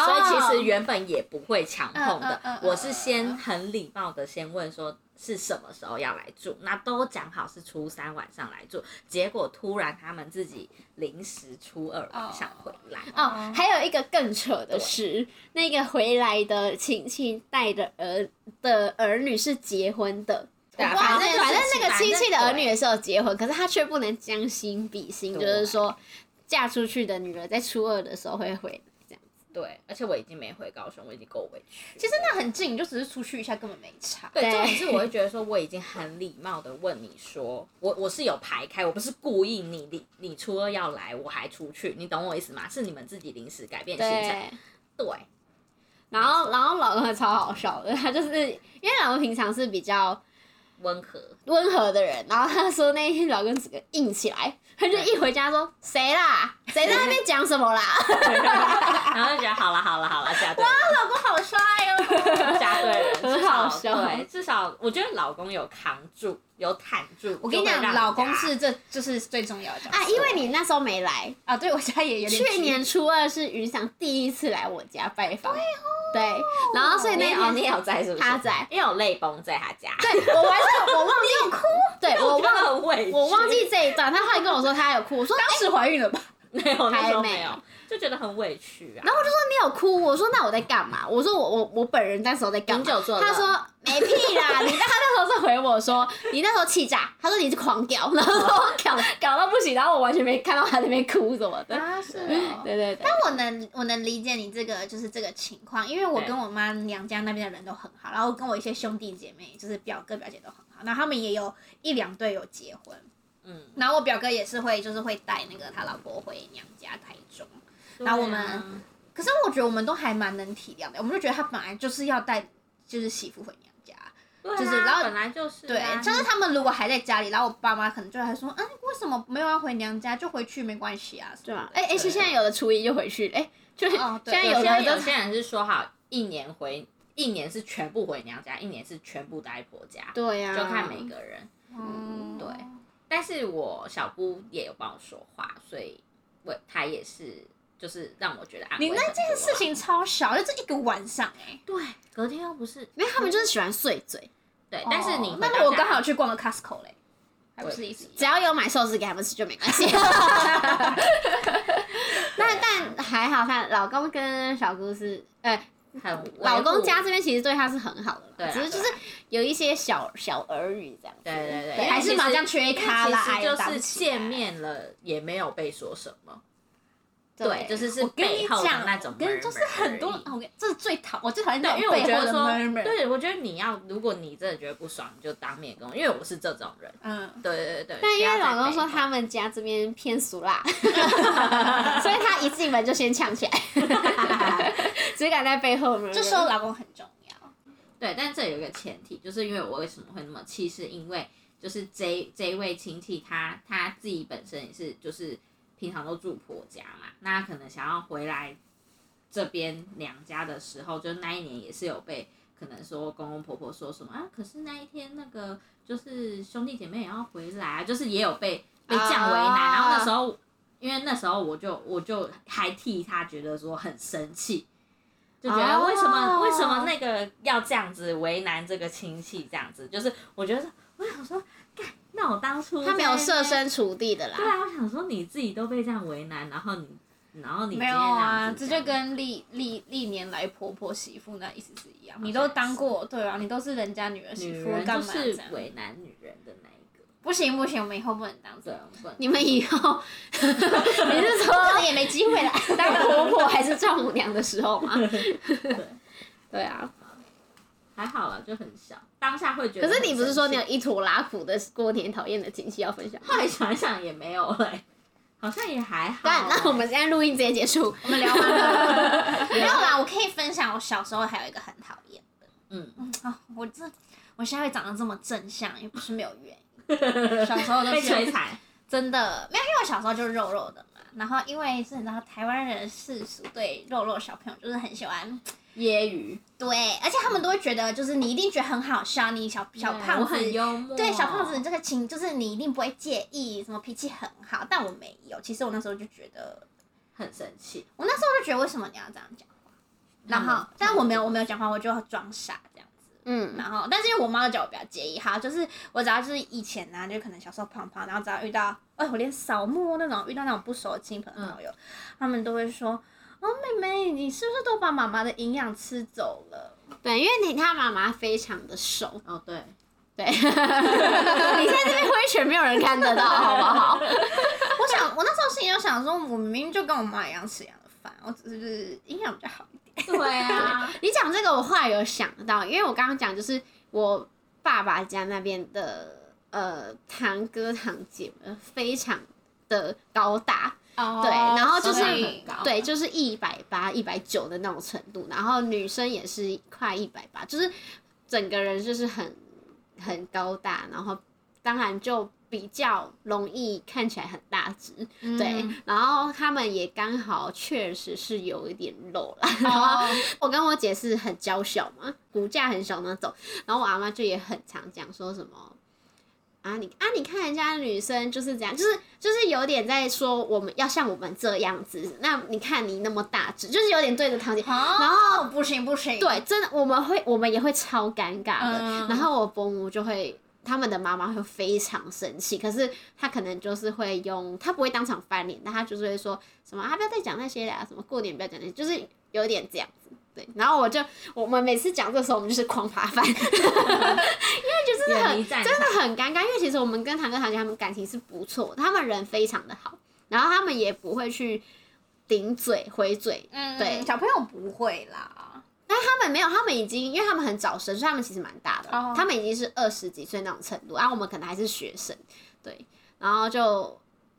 A: 所以
C: 哦
A: 其实原本也不会强碰的。
D: 嗯嗯嗯嗯
A: 我是先很礼貌的先问说是什么时候要来住，那都讲好是初三晚上来住，结果突然他们自己临时初二晚上回来，
D: 啊
C: 哦，还有一个更扯的是，那个回来的亲戚带的儿的儿女是结婚的。
A: 对啊
C: 我忘了
A: 反正
C: 反正那个
A: 反正
C: 亲戚的儿女
A: 对
C: 也是有结婚，可是他却不能将心比心，就
A: 对
C: 是说嫁出去的女儿在初二的时候会回来这样。
A: 对，而且我已经没回高雄，我已经够委屈了。
D: 其实那很近，你就只是出去一下，根本没差。
A: 对，
C: 对
A: 重点是我会觉得说，我已经很礼貌的问你说，我我是有排开，我不是故意你你你初二要来，我还出去，你懂我意思吗？是你们自己临时改变行程，
C: 对，
A: 对，
C: 然后然后老公还超好笑的，他就是因为老公平常是比较
A: 温和，
C: 温和的人，然后他说那一天老公整个硬起来，他就一回家说谁啦，谁在那边讲什么啦，
A: 然后就觉得好了好了好了，嫁对人，
D: 我好帅哦！
A: 嫁对人，
C: 很
A: 至少
C: 好笑
A: 对，至少我觉得老公有扛住，有坦住。
D: 我跟你
A: 就会让人
D: 讲，
A: 家
D: 老公是这就是最重要的角色
C: 啊，因为你那时候没来，
D: 啊，对我家也有点
C: 去年初二是于翔第一次来我家拜访，对哦然后所以
A: 你
C: 那
A: 也哦，你也
C: 天
A: 有在是不是？
C: 他在，
A: 因为有泪崩在他家，
C: 对我完全我忘记哭，对我
A: 我
C: 忘
A: 很委屈，
C: 我忘记这一段，他后来跟我说他有哭，我说
D: 当时怀孕了吧？
A: 没有那时候
C: 还没
A: 没有，就觉得很委屈啊。
C: 然后我就说你有哭，我说那我在干嘛？我说我我我本人那时候在干
A: 饮
C: 嘛？
A: 酒作乐，
C: 他说没屁 啦，你那他那时候是回我说你那时候气炸，他说你是狂屌，然后我搞 搞到不行，然后我完全没看到他在那边哭什么的。
D: 啊，是
A: 哦
C: 对对对，
D: 但我能我能理解你这个就是这个情况，因为我跟我妈娘家那边的人都很好，然后跟我一些兄弟姐妹，就是表哥表姐都很好，然后他们也有一两对有结婚，
A: 嗯，
D: 然后我表哥也是会就是会带那个他老婆回娘家台中，然后我们
A: 对啊
D: 可是我觉得我们都还蛮能体谅的，我们就觉得他本来就是要带就是媳妇回娘家，
A: 对啊
D: 就是然后
A: 本来就是
D: 对
A: 啊，
D: 就是他们如果还在家里，然后我爸妈可能就还说，嗯，为什么没有要回娘家，就回去没关系啊，
C: 对啊，
D: 哎
C: 哎哎，其实现在有的初一就回去了，哎，就是
D: 哦 对
C: 现在
A: 有
C: 有
A: 些
C: 的
A: 有
C: 都
A: 些人是说好一年回，一年是全部回娘家，一年是全部待婆家，
C: 对啊呀，
A: 就看每个人。
D: 嗯，
A: 对但是我小姑也有帮我说话，所以我她也是就是让我觉得安慰
D: 你那
A: 很多啊
D: 件事
A: 啦
D: 情超小，就这一个晚上哎、
A: 对，隔天又不是
C: 没有，他们就是喜欢碎嘴，
A: 对，但是你
D: 哦
A: 回到
D: 那我
A: 家
D: 刚好去逛了 Costco 嘞，还不是一起。
C: 只要有买寿司给他们吃就没关系。 那但还好，她老公跟小姑是，呃，
A: 很维护
C: 老公家这边其实对她是很好的
A: 对
C: 啦，
A: 啊
C: 只是就是有一些小小耳语这样子。
A: 对对对，因
C: 对
A: 为
D: 还是
A: 其实
D: 麻将缺咖
A: 因为其
D: 啦哎
A: 实
D: 呦
A: 就
D: 打
A: 是
D: 不起来
A: 见面了也没有被说什么，对，就是是
D: 我跟
A: 背
D: 你
A: 后的
D: 讲，
A: 那种
D: 我跟就是
A: murmur
D: 很多
A: 而已，
D: 我跟这是最讨，我最讨厌那
A: 对，因为
D: 种
A: 我
D: 背
A: 觉
D: 后
A: 得
D: 的
A: 说，
D: murmur。，
A: 对，我觉得你要，如果你真的觉得不爽，你就当面跟我，因为我是这种人。
D: 嗯，
A: 对对对对。
C: 但因为
A: 不要再
C: 老公说
A: 背
C: 他们家这边偏俗 辣，所以他一进门就先呛起来， 只敢在背后吗？
D: 这时候老公很重要。
A: 对，但这有一个前提，就是因为我为什么会那么气，是因为就是这这一位亲戚他他自己本身也是就是平常都住婆家嘛，那他可能想要回来这边娘家的时候，就那一年也是有被可能说公公婆婆说什么啊，可是那一天那个就是兄弟姐妹也要回来啊，就是也有被被这样为难，
C: 啊
A: 然后那时候。因为那时候我就我就还替他觉得说很生气，就觉得
C: 哦
A: 为什么、
D: 啊
A: 为什么那个要这样子为难这个亲戚这样子，就是我觉得我想说，干，那我当初
C: 他没
A: 在
C: 有
A: 那
C: 设
A: 边
C: 身处地的
A: 对
C: 啦，
A: 啊，我想说你自己都被这样为难，然后你，然后你
D: 没
A: 今
D: 有
A: 天这样
D: 啊，
A: 子
D: 这
A: 讲
D: 就跟历历历年来婆婆媳妇那意思是一样，你都当过，对啊，你都是人家女儿媳
A: 女
D: 妇，
A: 人
D: 干
A: 就
D: 嘛这
A: 是
D: 样？
A: 为难女人的那一个，
D: 不行不行，我们以后不能当这
A: 对
D: 样。
A: 啊，不能
C: 你们以 后你是说可能也没机会了，当婆婆还是丈母娘的时 候吗？对啊，
A: 还好了，就很小，当下会觉得
C: 可
A: 很
C: 是
A: 生气。
C: 你不是说你有一坨拉苦的过年讨厌的亲戚要分享吗？
A: 后来想一想也没有嘞、欸好像也还好、欸
C: 干，那我们现在录音直接结束，我们聊完了。
D: 没有啦，我可以分享我小时候还有一个很讨厌的，
A: 嗯，
D: 嗯啊，我这我现在会长得这么正向，也不是没有原因。小时候就
A: 被
D: 是有
A: 摧残，
D: 真的没有，因为我小时候就是肉肉的嘛。然后因为是你知道台湾人的世俗对肉肉小朋友就是很喜欢，
A: 揶揄，
D: 对，而且他们都会觉得就是你一定觉得很好笑，你小小胖
A: 我
D: 子
A: 很幽默，
D: 对，小胖子，你这个情就是你一定不会介意，什么脾气很好，但我没有。其实我那时候就觉得，
A: 很生气，
D: 我那时候就觉得为什么你要这样讲话？然后，
A: 嗯
D: 但我没有，我没有讲话，我就装傻这样子。
C: 嗯，
D: 然后，但是因为我妈都叫我不要介意哈，就是我只要就是以前呢、啊，就可能小时候胖胖，然后只要遇到，哎，我连扫墓那种遇到那种不熟的亲朋好友，他们都会说，哦，妹妹，你是不是都把妈妈的营养吃走了？
C: 对，因为你他妈妈非常的 瘦，
A: 哦对，
C: 对，你现在这边挥拳，没有人看 得到，好不好？
D: 我想，我那时候心里就想说，我明明就跟我妈一样吃一样的饭，我只是就是营养比较好一点。
A: 对 啊，
C: 你讲这个，我后来有想到，因为我刚刚讲就是我爸爸家那边的呃堂哥堂姐们非常的高大，
D: 哦
C: 对然后就是
A: 很高
C: 对，就是一百八、一百九的那种程度，然后女生也是快一百八，就是整个人就是很很高大，然后当然就比较容易看起来很大只，对，
D: 嗯
C: 然后他们也刚好确实是有一点肉啦，然后 我跟我姐是很娇小嘛，骨架很小那种，然后我阿妈就也很常讲说什么。啊你啊你看人家女生就是这样，就是就是有点在说我们要像我们这样子。那你看你那么大只，就是有点对着堂姐。
D: 然后不行不行，
C: 对，真的我们会我们也会超尴尬的。
D: 嗯
C: 然后我伯母就会。他们的妈妈会非常生气，可是她可能就是会用，她不会当场翻脸，但她就是会说什么啊，不要再讲那些啦，什么过年不要讲那些，就是有点这样子。对，然后我就我们每次讲这时候，我们就是狂爬翻，因为就是很
A: 远离战场，
C: 真的很尴尬，因为其实我们跟堂哥堂姐他们感情是不错，他们人非常的好，然后他们也不会去顶嘴回嘴，
D: 嗯
C: 对
D: 小朋友不会啦，
C: 他们没有，他们已经因为他们很早生，所以他们其实蛮大的，
D: 哦
C: 他们已经是二十几岁那种程度，然、啊后我们可能还是学生，对，然后就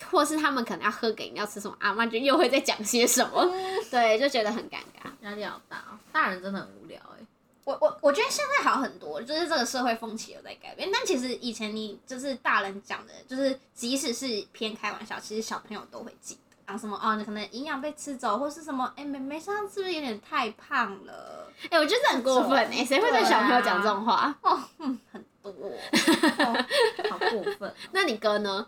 C: 或是他们可能要喝个饮料吃什么，阿妈就又会在讲些什么，对，就觉得很尴尬，
A: 压力好大哦，大人真的很无聊哎，
D: 我我我觉得现在好很多，就是这个社会风气有在改变。但其实以前你就是大人讲的，就是即使是偏开玩笑，其实小朋友都会记得。然后什么哦，你可能营养被吃走，或是什么哎，妹妹上次是不是有点太胖了？
C: 哎、我觉得这很过分哎、谁会对小朋友讲这种话？
D: 多、
A: 好过分哦。
C: 那你哥呢？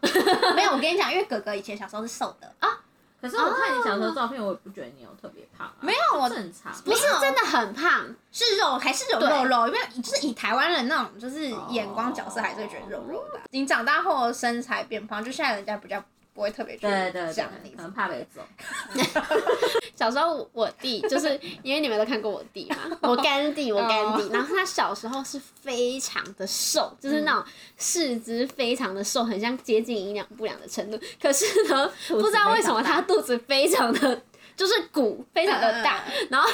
D: 没有，我跟你讲，因为哥哥以前小时候是瘦 的啊，
A: 可是我看你小时候照片，我也不觉得你有特别胖啊，
D: 没有我
A: 正常，
C: 不是
D: 没 有
C: 真的很胖，
D: 是肉还是有
C: 对
D: 肉肉，因为就是以台湾人那种就是眼光角色，还是会觉得肉肉的
A: 哦
D: 啊。你长大后身材变胖，就现在人家比较不会特别去
A: 对对
D: 讲
A: 对，
D: 你
A: 可。能怕被揍。
C: 小时候我弟就是因为你们都看过我弟嘛，我干弟，我干弟，然后他小时候是非常的瘦，就是那种四肢非常的瘦，很像接近营养不良的程度。可是呢， 不知道为什么他肚子非常的。就是鼓非常的大，然后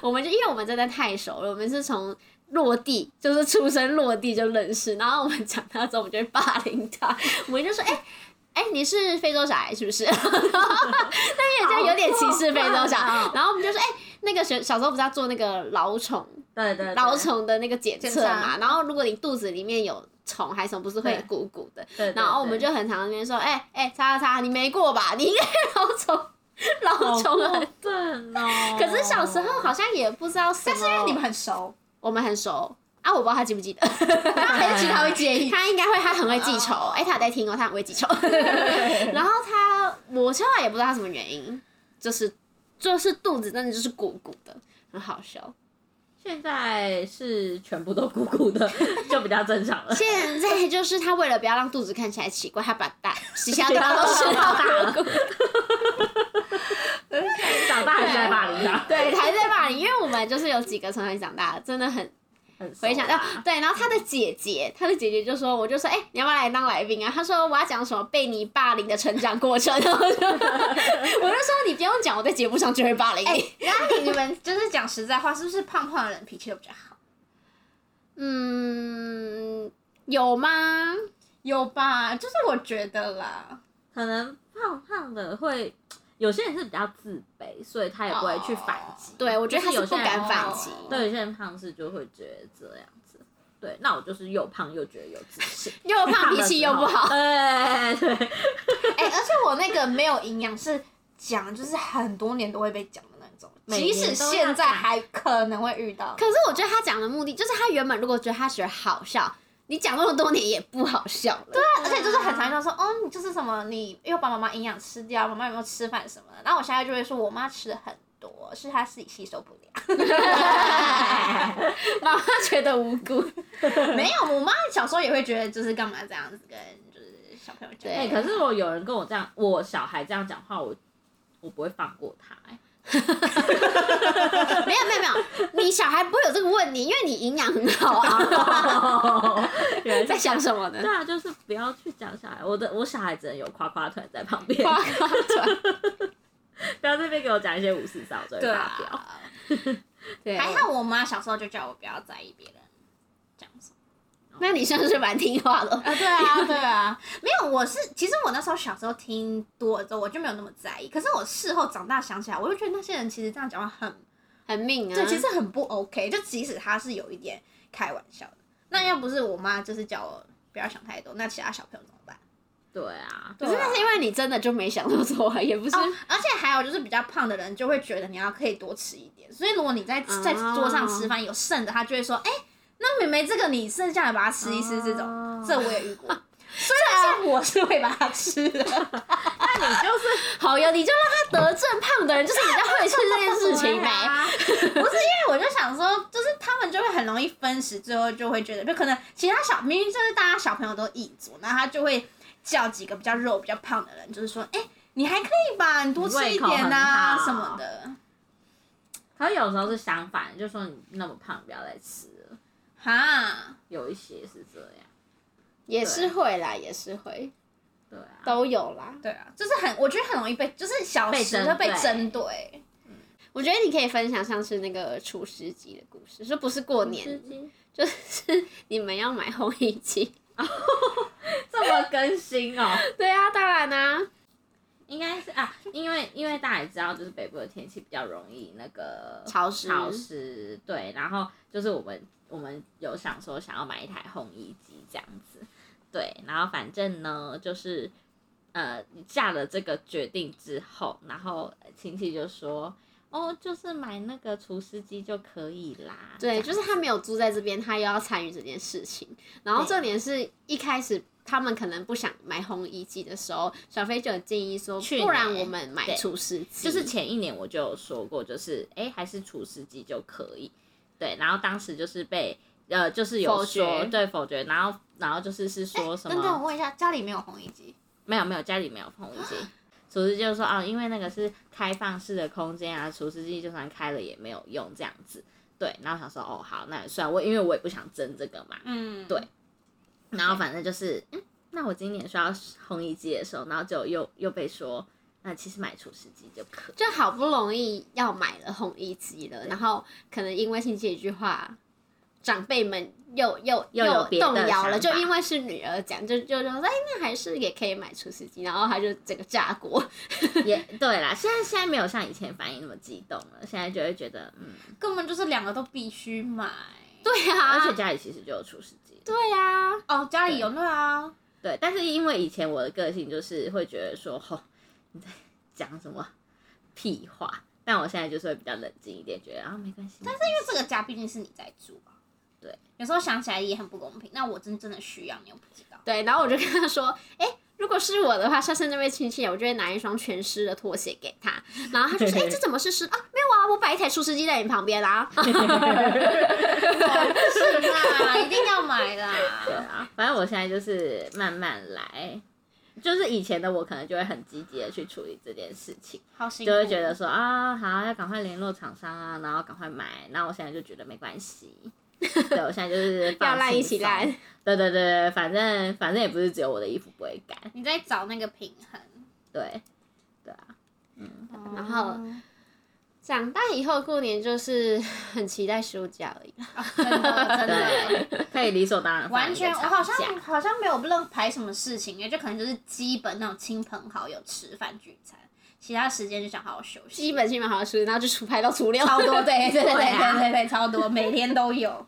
C: 我们就因为我们真的太熟了，我们是从落地就是出生落地就认识，然后我们长大之后我们就会霸凌他， 我们就说哎哎、你是非洲小孩是不 是？然后那边就有点歧视非洲小
A: 好过分
C: 孩
A: 哦，
C: 然后我们就说哎、那个小小时候不是要做那个老虫
A: 对对，对
C: 老，虫的那个检
D: 检
C: 测嘛，
D: 查
C: 然后如果你肚子里面有虫还是什么，不是会
A: 对
C: 鼓鼓的，
A: 对对
C: 然后我们就很常在那边说，哎、哎、叉叉叉，你没过吧？你应该老虫
D: 哦
C: 老
A: 好
C: 虫
A: 过
C: 了。
A: 分哦。
C: 可是小时候好像也不知道什么，哦
D: 但是因为你们很熟，
C: 我们很熟啊，我不知道他记不记得，
D: 还是其他会介 意。
C: 他应该会，他很会记仇。
D: 哦
C: 哎、他有在听哦，他很会记 仇。然后他，我现在也不知道他什么原因，就是就是肚子真的就是鼓鼓的，很好笑。
A: 现在是全部都鼓鼓的， 就比较正常了。
C: 现在就是他为了不要让肚子看起来奇怪，他把大其他地方都吃 到大了，
A: 长大还是在霸凌他，
C: 对，还在霸凌。因为我们就是有几个从小一起长大的，真的很
A: 很熟啊
C: 回想到对，然后他的姐姐，他的姐姐就说，我就说，哎、你要不要来当来宾啊？他说我要讲什么被你霸凌的成长过程， 然后我就我就说你不用讲，我在节目上就会霸凌你。
D: 哎、然后你你们就是讲实在话，是不是胖胖的人脾气都比较好？
C: 嗯，有吗？
D: 有吧，就是我觉得啦，
A: 可能胖胖的会，有些人是比较自卑，所以他也不会去反击。
C: 哦对，我觉得他
A: 就是是
C: 不
A: 有些人
C: 敢反击。
D: 哦
A: 对，有些人胖是就会觉得这样子。对，那我就是又胖又觉得有自信，
C: 又 胖脾气又不 好，
A: 对对 对，
D: 哎、而且我那个没有营养是讲，就是很多年都会被讲的那种，
A: 每
D: 即
A: 年
D: 使
A: 都要
D: 现在
A: 讲
D: 还可能会遇到。
C: 可是我觉得他讲的目的就是他原本如果觉得他觉得好笑，你讲那么多年也不好笑了。对，
D: 而且就是很常常说，哦，你就是什么，你又把妈妈营养吃掉，妈妈有没有吃饭什么的。然后我现在就会说，我妈吃的很多，是她自己吸收不了。
C: 妈妈觉得无 辜。
D: 没有，我妈小时候也会觉得，就是干嘛这样子跟就是小朋友讲。
A: 哎、
C: 对
A: 可是我有人跟我这样，我小孩这样讲话，我我不会放过他、 哎
C: 没有没有没有，你小孩不会有这个问题，因为你营养很好啊。
A: 原来是
C: 在想什么呢
A: 对？啊，就是不要去讲小孩，我的我小孩只能有夸夸团在旁边，
C: 夸夸转
A: 不要这边给我讲一些五四三，我就会
D: 对
A: 发
D: 啊
A: 飙。
C: 对，
D: 还好我妈小时候就叫我不要在意别人讲什么。
C: 那你算是蛮听话的。
D: 啊，对啊，对啊， 没有，我是其实我那时候小时候听多了之后，我就没有那么在意。可是我事后长大想起来，我就觉得那些人其实这样讲话很
C: 很命啊。
D: 对，其实很不 OK。就即使他是有一点开玩笑的，那要不是我妈就是叫我不要想太多，那其他小朋友怎么办？
A: 对啊，
C: 可是那是因为你真的就没想那么多啊，也不是。
D: 哦而且还有就是比较胖的人就会觉得你要可以多吃一点，所以如果你在在
C: 哦
D: 桌上吃饭有剩的，他就会说：“哎、那妹妹这个你剩下的把它吃一吃。”这种，
A: 哦
D: 这我也遇 过。虽然像我是会把它吃的，
A: 那你就是
C: 好呀，你就让他得正胖的人，就是你在会 吃这件事 情
D: 对
C: 呗。
D: 啊 不是因为我就想说，就是他们就会很容易分食，最后就会觉得，就可能其他小明明就是大家小朋友都一组，然后他就会叫几个比较肉、比较胖的人，就是说，哎、你还可以吧，你多吃一
A: 你胃
D: 点呐、
A: 口很好
D: 什么的。
A: 可是有时候是相反，就说你那么胖，不要再吃了。
D: 哈，
A: 有一些是这样，
C: 也是会啦，也是会，
A: 对啊，
C: 都有啦。
D: 对啊，就是很，我觉得很容易被，就是小时候
A: 被
D: 被针
A: 针
D: 对。
C: 我觉得你可以分享上次那个厨师机的故事，说不是过年，就是你们要买烘衣机。
A: 这么更新哦，
C: 对啊，当然啦、
A: 应该是啊，因为因为大家也知道，就是北部的天气比较容易那个
C: 潮湿
A: 潮湿对，然后就是我们我们有想说想要买一台烘衣机这样子，对，然后反正呢就是呃下了这个决定之后，然后亲戚就说哦，就是买那个除湿机就可以啦，
C: 对，就是是他没有住在这边，他又要参与这件事情。然后
A: 对
C: 重点是一开始他们可能不想买烘衣机的时候，小飞就有建议说，
A: 去
C: 不然
A: 年
C: 我们买
A: 对
C: 厨师机，
A: 就
D: 嗯
A: 是前一年我就有说过，就是哎、诶还是除湿机就可以。对，然后当时就是被呃，就是有
C: 否决
A: 说对否决，然后然后就是是说什
D: 哎等等，
A: 么、
D: 我问一下，家里没有烘衣机？
A: 没有没有家里没有烘衣机，
D: 啊
A: 厨师就说哦，因为那个是开放式的空间啊，厨师机就算开了也没有用这样子。对，然后想说哦好，那也算我因为我也不想争这个嘛，
D: 嗯，
A: 对然后反正就是，嗯，那我今年说要烘衣机的时候，然后就又又被说，那其实买厨师机就可以。
C: 就好不容易要买了烘衣机了，然后可能因为亲戚一句话，长辈们又又
A: 又有别的
C: 动摇了，就
A: 想法
C: 因为是女儿讲，就就就说哎，那还是也可以买厨师机，然后他就整个炸锅。
A: 也对啦，现在现在没有像以前反应那么激动了，现在就会觉得嗯，
D: 根本就是两个都必须买。
C: 对呀、
A: 而且
C: 啊，
A: 家里其实就有厨师机，
C: 对呀、啊，
D: 哦，家里有那啊，
A: 对，但是因为以前我的个性就是会觉得说，吼，你在讲 什么屁话，但我现在就是会比较冷静一点，觉得啊没关系，但是因为
D: 这个家毕竟是你在住啊。
A: 对，
D: 有时候想起来也很不公平。那我真真的需要，你又不知道。
C: 对，然后我就跟他说，哎。如果是我的话，下次那位亲戚，啊我就会拿一双全湿的拖鞋给他，然后他就说：“哎、这怎么是湿啊？没有啊，我摆一台厨师机在你旁边啦、啊。
D: 不行哦啦，一定要买
A: 对
D: 啦。
A: 啊，反正我现在就是慢慢来。就是以前的我可能就会很积极的去处理这件事情，
D: 好辛苦，
A: 就会觉得说啊好要赶快联络厂商啊，然后赶快买。那我现在就觉得没关系，对我现在就是”
C: 要
A: 放
C: 烂一
A: 轻
C: 起
A: 松
C: 烂，
A: 对对对对，反正反正也不是只有我的衣服不会干，
D: 你在找那个平衡。
A: 对对啊，
C: 然后长大以后过年就是 很期待休假而已。
D: 啊真的真的
A: 对，可以理所当然放
D: 完
A: 一个
D: 全，我
A: 长
D: 好像
A: 假
D: 好像没有任排什么事情耶，就可能就是基本那种亲朋好友吃饭聚餐。其他时间就想好好休息。
C: 基本性蛮好吃，然后就出拍到初六，
D: 超多，对对对对
C: 对啊
D: 对对对，超多，每天都有。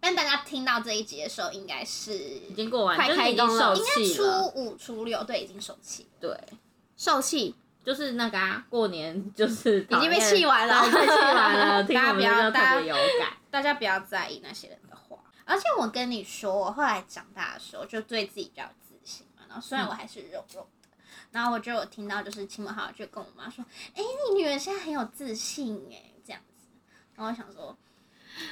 D: 但大家听到这一集的时候，应该是
A: 已
D: 应
A: 经过完，
C: 快
A: 就是
C: 开
A: 已经
C: 工
A: 受
C: 了
D: 该
A: 气
D: 初
A: 了。
D: 五、初六，对，已经手气了。
A: 对，
C: 受气，
A: 就是那个啊，过年就是已
C: 已经被气完了，
A: 被气完了，听
D: 大家
A: 我们
D: 不要
A: 就特
D: 大家
A: 别有感。
D: 大家不要在意那些人的话。而且我跟你说，我后来长大的时候，就对自己比较有自信嘛。然后虽然我还是肉肉的，然后我就有听到，就是亲朋好友就跟我妈说：“哎、你女儿现在很有自信哎、这样子。”然后我想说，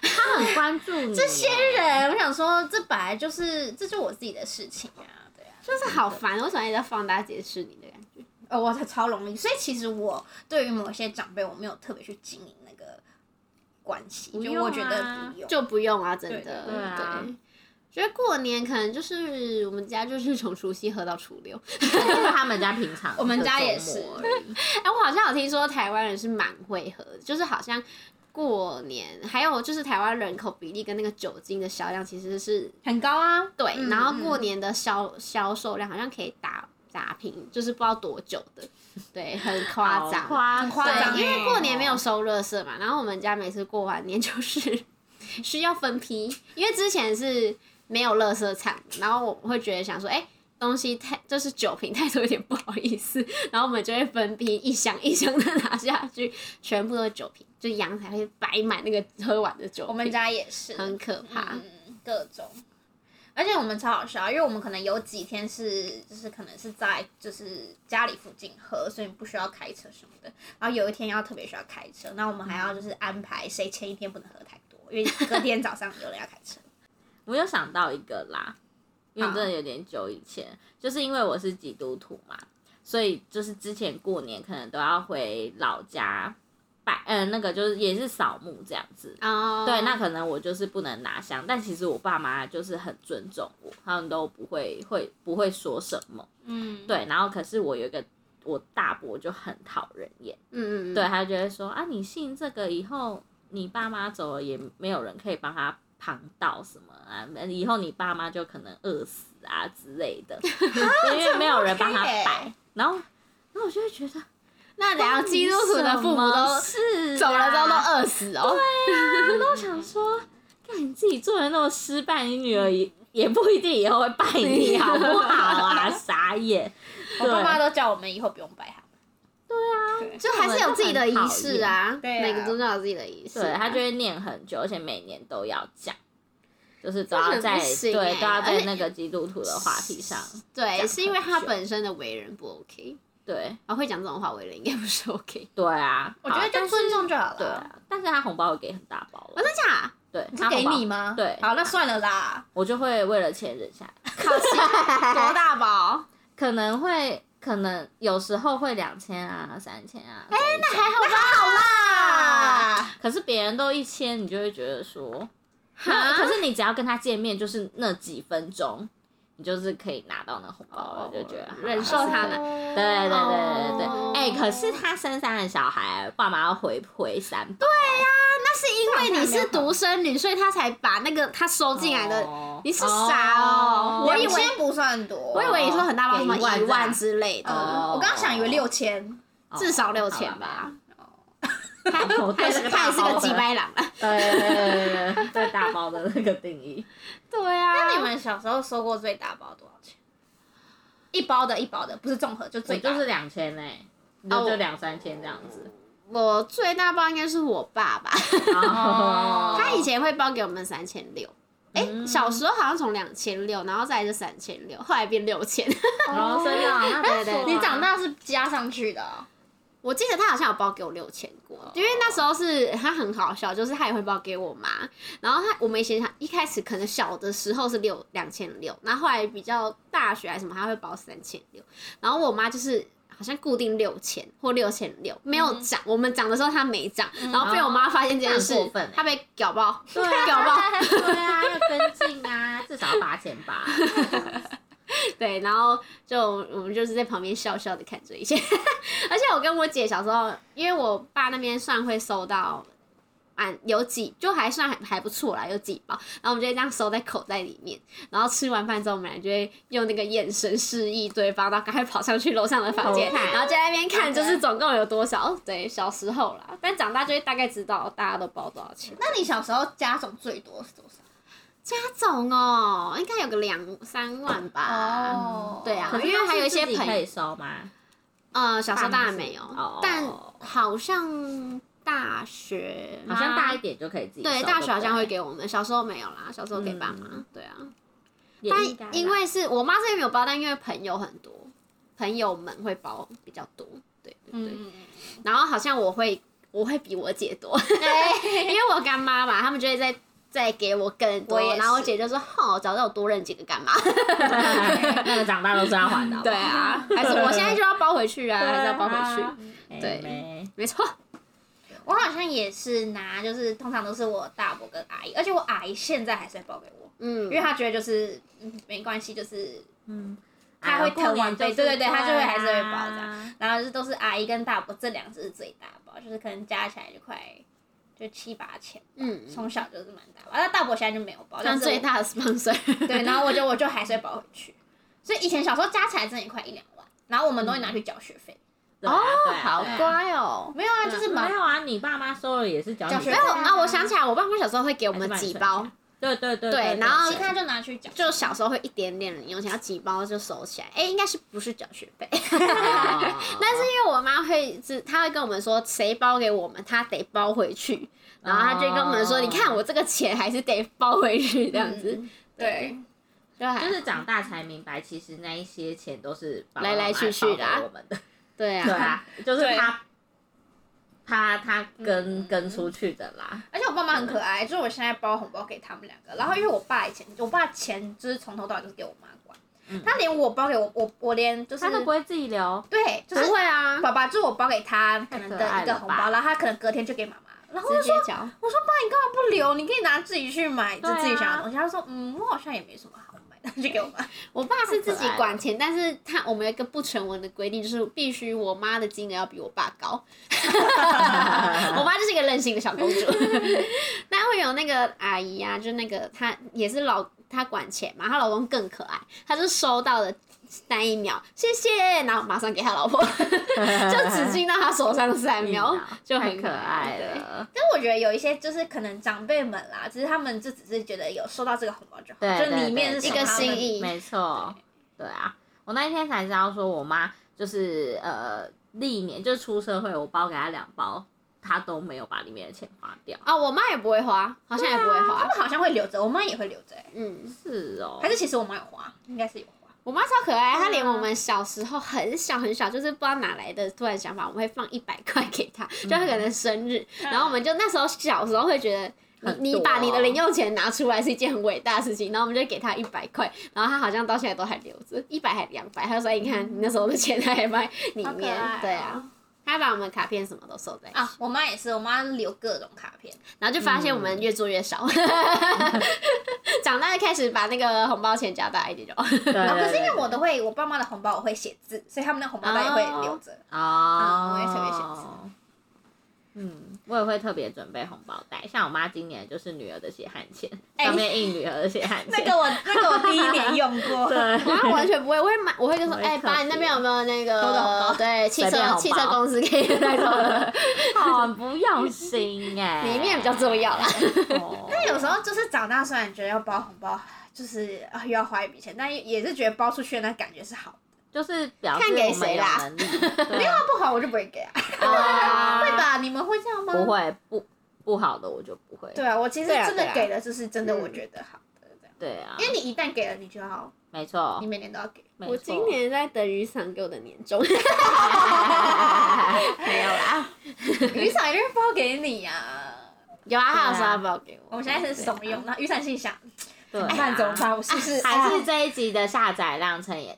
A: 他很关注你
D: 这些 人，我想说，这本来就是，这就是我自己的事情啊，对啊。
C: 就是好烦，为什么一直在放大解释你的感觉？
D: 呃，我超容易，所以其实我对于某些长辈，我没有特别去经营那个关系，
A: 不
D: 就
A: 用
D: 我觉
A: 啊
D: 得不用。
C: 就不用啊，真
D: 对
C: 的，
D: 对
A: 对啊
C: 觉得过年可能就是我们家就是从除夕喝到初六，
A: 这就是他们家平常
D: 我们家
A: 的
D: 也
A: 周
D: 是
A: 末而已
C: 哎、我好像有听说台湾人是蛮会喝的，就是好像过年，还有就是台湾人口比例跟那个酒精的销量其实是
D: 很高啊，
C: 对，
D: 嗯
C: 然后过年的销销售量好像可以打打平，就是不知道多久的，对，很夸张，
A: 好夸哦
D: 很夸张
C: 对，因为
D: 欸
C: 过年没有收垃圾嘛，然后我们家每次过完年就是 需要分批，因为之前是没有垃圾场，然后我会觉得想说，哎、东西太就是酒瓶太多，有点不好意思， 然后我们就会分批一箱一箱的拿下去，全部都是酒瓶，就阳台会摆满那个喝完的酒瓶，
D: 我们家也是，
C: 很可怕，
D: 嗯，各种。而且我们超好笑，因为我们可能有几天是，就是可能是在就是家里附近喝，所以不需要开车什么的。然后有一天要特别需要开车，那我们还要就是安排谁前一天不能喝太多，因为隔天早上有人要开车。
A: 我又想到一个啦，因为
D: 好
A: 真的有点久以前，就是因为我是基督徒嘛，所以就是之前过年可能都要回老家拜，嗯、那个就是也是扫墓这样子。
C: 哦，
A: 对，那可能我就是不能拿香，但其实我爸妈就是很尊重我，他们都不会会不会说什么。
D: 嗯，
A: 对，然后可是我有一个我大伯就很讨人厌，
C: 嗯嗯嗯，
A: 对，他就会说啊，你信这个以后，你爸妈走了也没有人可以帮他旁道什么啊，以后你爸妈就可能饿死啊之类 的，因为没有人帮他摆。然后，然后我就会觉得，
C: 那等下啊基督徒的父母
A: 关你什
C: 都
A: 么事啊
C: 走了之后都饿死哦。
A: 都想说，看你自己做人那么失败，你女儿也也不一定以后会拜 你，好不好啊？傻眼，
D: 我爸妈
A: 对
D: 都叫我们以后不用摆他们。对啊，
C: 就还是有自己的仪式啊，
D: 对啊
C: 每个宗教有自己的仪式、啊
A: 对，他就会念很久，而且每年都要讲。就是都
C: 这
A: 要
C: 很
A: 在、
C: 不行
A: 对
C: 欸
A: 都要
C: 而
A: 在
C: 且
A: 那个基督徒的话题上，
C: 对，
A: 讲
C: 是因为他
A: 很久
C: 本身的为人不 OK，
A: 对
C: 啊，会讲这种话为人应该不是 OK。
A: 对啊，
D: 我觉得
A: 好但
D: 就是尊重就好
A: 对
D: 了。
A: 啊，但是他红包我给很大包
C: 我
A: 了，
C: 哦真假？
A: 对，
D: 是
A: 他
D: 给
A: 红包
D: 你吗？
A: 对
D: 好，那算 了啦。
A: 我就会为了钱忍下来，
C: 多大包？
A: 可能会可能有时候会两千啊、三千啊，哎、那还好，
D: 啊，
A: 可是别人都一千，你就会觉得说，那
C: 哈
A: 可是你只要跟他见面，就是那几分钟，你就是可以拿到那红包了，就觉得好
C: 哦忍受
A: 好
C: 他
A: 好
C: 呢
A: 对对对对对
C: 哦
A: 对，哎、可是他生三个小孩，爸妈要回回三对
C: 那是因为你是独生女，所以他才把那个他收进来的。你是傻哦我
D: 我
C: 以
D: 以
C: 为
D: 为不算多，
C: 我以为你说很大包，什么
A: 给一万
C: 一万
A: 这样
C: 之类的，
A: 哦
D: 我刚刚想以为六千，
C: 至少六千哦吧。
A: 哦他
C: 他也是他也是个鸡掰狼啊。
A: 对对对对对，对大包的那个定义，
C: 对啊，
D: 那你们小时候收过最大包多少钱？一包的，一包的，不是综合，就
A: 我
D: 最大
A: 就
D: 的。
A: 是两千呢，
C: 哦
A: 就就两三千这样子。
C: 我最大包应该是我爸爸，
A: 哦
C: 他以前会包给我们三千六。哎、小时候好像从两千六，然后再来是三千六，后来变六千。
A: 哦，真的哦，那不
C: 对对
A: 错啊
D: 你长大是加上去的哦，
C: 我记得他好像有包给我六千过，
A: 哦
C: 因为那时候是他很好笑，就是他也会包给我妈。然后他我们以前一开始可能小的时候是六两千六，然后后来比较大学还是什么，他会包三千六。然后我妈就是好像固定六千或六千六，
A: 嗯
C: 没有涨。我们涨的时候她没涨，然后被我妈发现这件事
A: 那很过分欸，
C: 她被搞爆，
A: 对 啊
C: 搞爆。
A: 对啊，要跟进啊，至少八千八。
C: 对，然后就我们就是在旁边笑笑的看这一 切，而且我跟我姐小时候，因为我爸那边算会收到蛮有几，就还算还还不错啦，有几包。然后我们就会这样收在口袋里面。然后吃完饭之后，我们俩就会用那个眼神示意对方，然后赶快跑上去楼上的房间，
A: 偷看
D: 哦
C: 然后就在那边看，就是总共有多少。哦对，小时候啦，但长大就会大概知道大家都包多少钱。
D: 那你小时候家总最多是多少？
C: 家总哦，应该有个两三万吧。
D: 哦
C: 对啊
A: 可是
C: 因为还有一些
A: 自己
C: 朋
A: 可以收吗？
C: 呃，小时候当然
A: 大
C: 没有，
A: 哦
C: 但好像大学
A: 好
C: 吗
A: 像大一点就可以自己收
C: 对
A: 对，
C: 大学好像会，给我们，小时候没有啦，小时候给爸妈。
A: 嗯
C: 对啊，
A: 也应该啦
C: 但因为是我妈这边没有包，但因为朋友很多，朋友们会包比较多。对对对，
D: 嗯，
C: 然后好像我会我会比我姐多，
D: 哎，
C: 因为我干妈嘛，他们就会在。再给我更多
D: 我也，是
C: 然后我姐就说：“好，早知道我多认几个干嘛？
A: 那个长大都是要还的好不
C: 对
A: 好，
C: 啊，还是我现在就要包回去啊，
A: 对啊
C: 还是要包回去？
A: 哎
C: 对
A: 对，
C: 没错，
D: 我好像也是拿，就是通常都是我大伯跟阿姨，而且我阿姨现在还是会包给我，
C: 嗯
D: 因为她觉得就是嗯没关系，就是
A: 嗯，
D: 他会疼晚辈对对对他就会
A: 啊
D: 还是会包
A: 这
D: 这
A: 样。
D: 然后就是都是阿姨跟大伯这两只是最大包，就是可能加起来就快就七八千，
C: 嗯，
D: 从小就是蛮大包。那大伯现在就没有包，但
C: 像
D: 是我
C: 最大的 sponsor，
D: 对，然后我就我就还是会包回去，所以以前小时候加起来真的也快一两万，然后我们都会拿去缴学费。
A: 对啊对啊
C: 哦好
A: 对啊
C: 乖哦。
D: 没有啊，就是蛮
A: 没有啊，你爸妈收了也是缴
D: 缴
A: 你
D: 学
A: 的
C: 没
D: 费
C: 有
D: 对
C: 啊，
D: 啊
C: 我想起来，我爸妈小时候会给我们几包，，
A: 对对对
C: 对然后
D: 其他就拿去缴，
C: 就小时候会一点点零用钱，要几包就收起来。哎、应该是不是缴学
A: 哦
C: 费？
A: 但
C: 但是因为我妈会是，她会跟我们说，谁包给我们，她得包回去。然后她就跟我们说，
A: 哦
C: 你看我这个钱还是得包回去这样子。
D: 嗯
C: 对，啊就 还
A: 就是长大才明白，其实那一些钱都是爸爸
C: 来来
A: 妈妈
C: 去去的啊
A: 包给我们的，
C: 对
A: 对
C: 啊，
A: 啊， 就是
D: 对
A: 他他他跟
D: 嗯
A: 跟出去的啦，
D: 而且我爸妈很可爱，就是我现在包红包给他们两个，然后因为我爸以前，我爸钱就是从头到尾就是给我妈管，
A: 嗯
D: 他连我包给我，我我连就是
A: 他都不会自己 留，
D: 对，就是
C: 不会啊，
D: 爸爸就是我包给他可能的
A: 太
D: 一
A: 可爱
D: 个
A: 了
D: 红
A: 吧
D: 包，然后他可能隔天就给妈妈，然后我
C: 直
D: 就
C: 接
D: 说
C: 缴。
D: 我说爸，你干嘛不留？你可以拿自己去买，就
A: 对啊
D: 自己想要的东西。他说嗯，我好像也没什么好买的，就给我买。
C: 我爸是自
A: 哦
C: 己管钱，但是他我们有一个不成文的规定，就是必须我妈的金额要比我爸高。 我妈就是一个任性的小公主。 但会有那个阿姨啊，就那个她也是老她管钱嘛，她老公更可爱，她就收到了。那一秒，谢谢，然后马上给她老婆，就只进到她手上三 秒
A: 一秒，
C: 就
A: 太
C: 很
A: 可爱
C: 对
A: 了，
D: 但我觉得有一些就是可能长辈们啦，只是他们就只是觉得有收到这个红包就好，
A: 对，
D: 就
A: 对
D: 里面是
A: 对
D: 什
C: 一
D: 么
C: 个
D: 他们
C: 心意
A: 没错，对啊，我那一天才知道说我妈就是呃历年就是出社会，我包给她两包，她都没有把里面的钱花掉，
C: 啊、我妈也不会花，好像也不会花，
D: 他们好像会留着，我妈也会留着、欸，
C: 嗯，
A: 是哦，
D: 还是其实我妈有花，应该是有花。
C: 我妈超可爱，她连
D: 嗯
C: 我们小时候很小很小，就是不知道哪来的突然想法，我们会放一百块给她，
D: 嗯
C: 就她可能生日，然后我们就那时候小时候会觉得。嗯
A: 很
C: 你你
A: 多
C: 把你的
A: 哦
C: 零用钱拿出来是一件很伟大的事情，然后我们就给她一百块，然后她好像到现在都还留着，一百还两百，她就说哎你看你那时候的钱她还放在里
D: 好可
C: 面
D: 爱哦，
C: 对啊，她把我们卡片什么都收在一起，
D: 啊，我妈也是，我妈留各种卡片，
C: 然后就发现我们越做越 少， 长大就开始把那个红包钱加大一点就哦好，
A: 对
D: 啊，可
A: 对
D: 是因为
A: 对
D: 我都会，我爸妈的红包我会写字，所以他们的红包袋也会留着。
A: 哦，
D: 我也特别喜欢吃
A: 嗯，我也会特别准备红包袋，像我妈今年就是女儿的血汗钱，
D: 哎
A: 上面印女儿的血汗钱。
D: 那个我那个我第一年 用过，
A: 对，
C: 然后啊完全不会，我会买，我会就说，
A: 我会特
C: 哎、爸，你那边有没有那
D: 多个红
C: 个
D: 包
C: 对汽
A: 随便
C: 车
A: 红
C: 汽车
A: 包
C: 公司可以带走的，
A: 很不用 心哎、
C: 里面比较重要啦。
A: 哦。
D: 啊但有时候就是长大，虽然觉得要包红包，就是啊又要花一笔钱，但也是觉得包出去的那感觉是好的。
A: 就是表示
C: 看给
A: 我们
C: 谁
A: 有
C: 啦
A: 能 力，没有
D: 不好我就不会给啊，
A: 啊
D: 会吧？你们会这样吗？
A: 不。会不不好的我就不会。
D: 对啊，我其实
C: 对啊
D: 真的
C: 对啊
D: 给了，就是真的
C: 嗯
D: 我觉得好的这样。
A: 对啊，
D: 因为你一旦给了，你就要，
A: 没错
D: 你，每年都要给。
A: 没错
C: 我 今年在等雨伞给我的年终，没有啦，
D: 雨伞一定会包给你啊！
C: 有啊，他有说
A: 对啊
C: 要包给我。
D: 我们现在是怂
C: 对啊
D: 恿，然后雨伞心里想，
A: 对啊，
D: 那怎么办？我是不是
A: 还是这一集的下载量乘以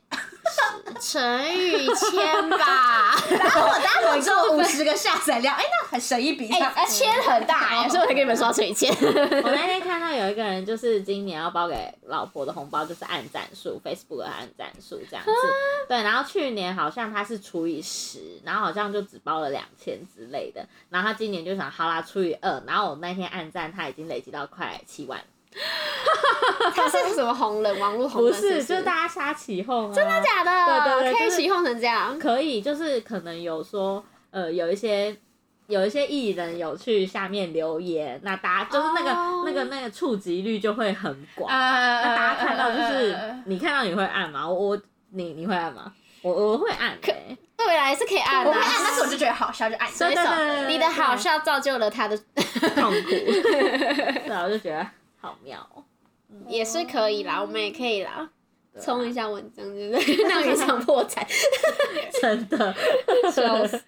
C: 陈宇谦吧，
D: 然后我大家
C: 我只有五十个下载 量，哎，那很省一笔。
D: 哎，签很大哎，
C: 所以我才跟你们说陈宇谦。
A: 我那天看到有一个人，就是今年要包给老婆的红包，就是按赞数，Facebook 的按赞数这样子。对，然后去年好像他是除以十，然后好像就只包了两千之类的。然后他今年就想，好啦，除以二。然后我那天按赞，他已经累积到快七万，
C: 他是什么红人？网络红
A: 不
C: 人
A: 是，
C: 是
A: 就是
C: 的
A: 大家瞎起哄啊，真的
C: 假的？
A: 对对对
C: 可
A: 就
C: 以
A: 是
C: 起哄成这样。
A: 可以，就是可能有说，呃，有一些有一些艺人有去下面留言，那大家就是那个、
C: 哦
A: 那个那个触及率就会很广。
D: 呃
A: 那大家看到就是你看到你会按吗？我我你你会按吗？我我会按、欸，
C: 未来是可以按的
D: 我会按，
C: 啊，
D: 但是我就觉得好笑，就按。
C: 所以
A: 对对
C: 手
A: 对对
C: 你的好笑造就了他的，
A: 痛 苦，对啊，我就觉得好妙哦，
C: 也是可以啦，我们也可以啦，
A: 对啊
C: 冲一下文章，对不对？ 让你想破产，
A: 真的，
C: 笑死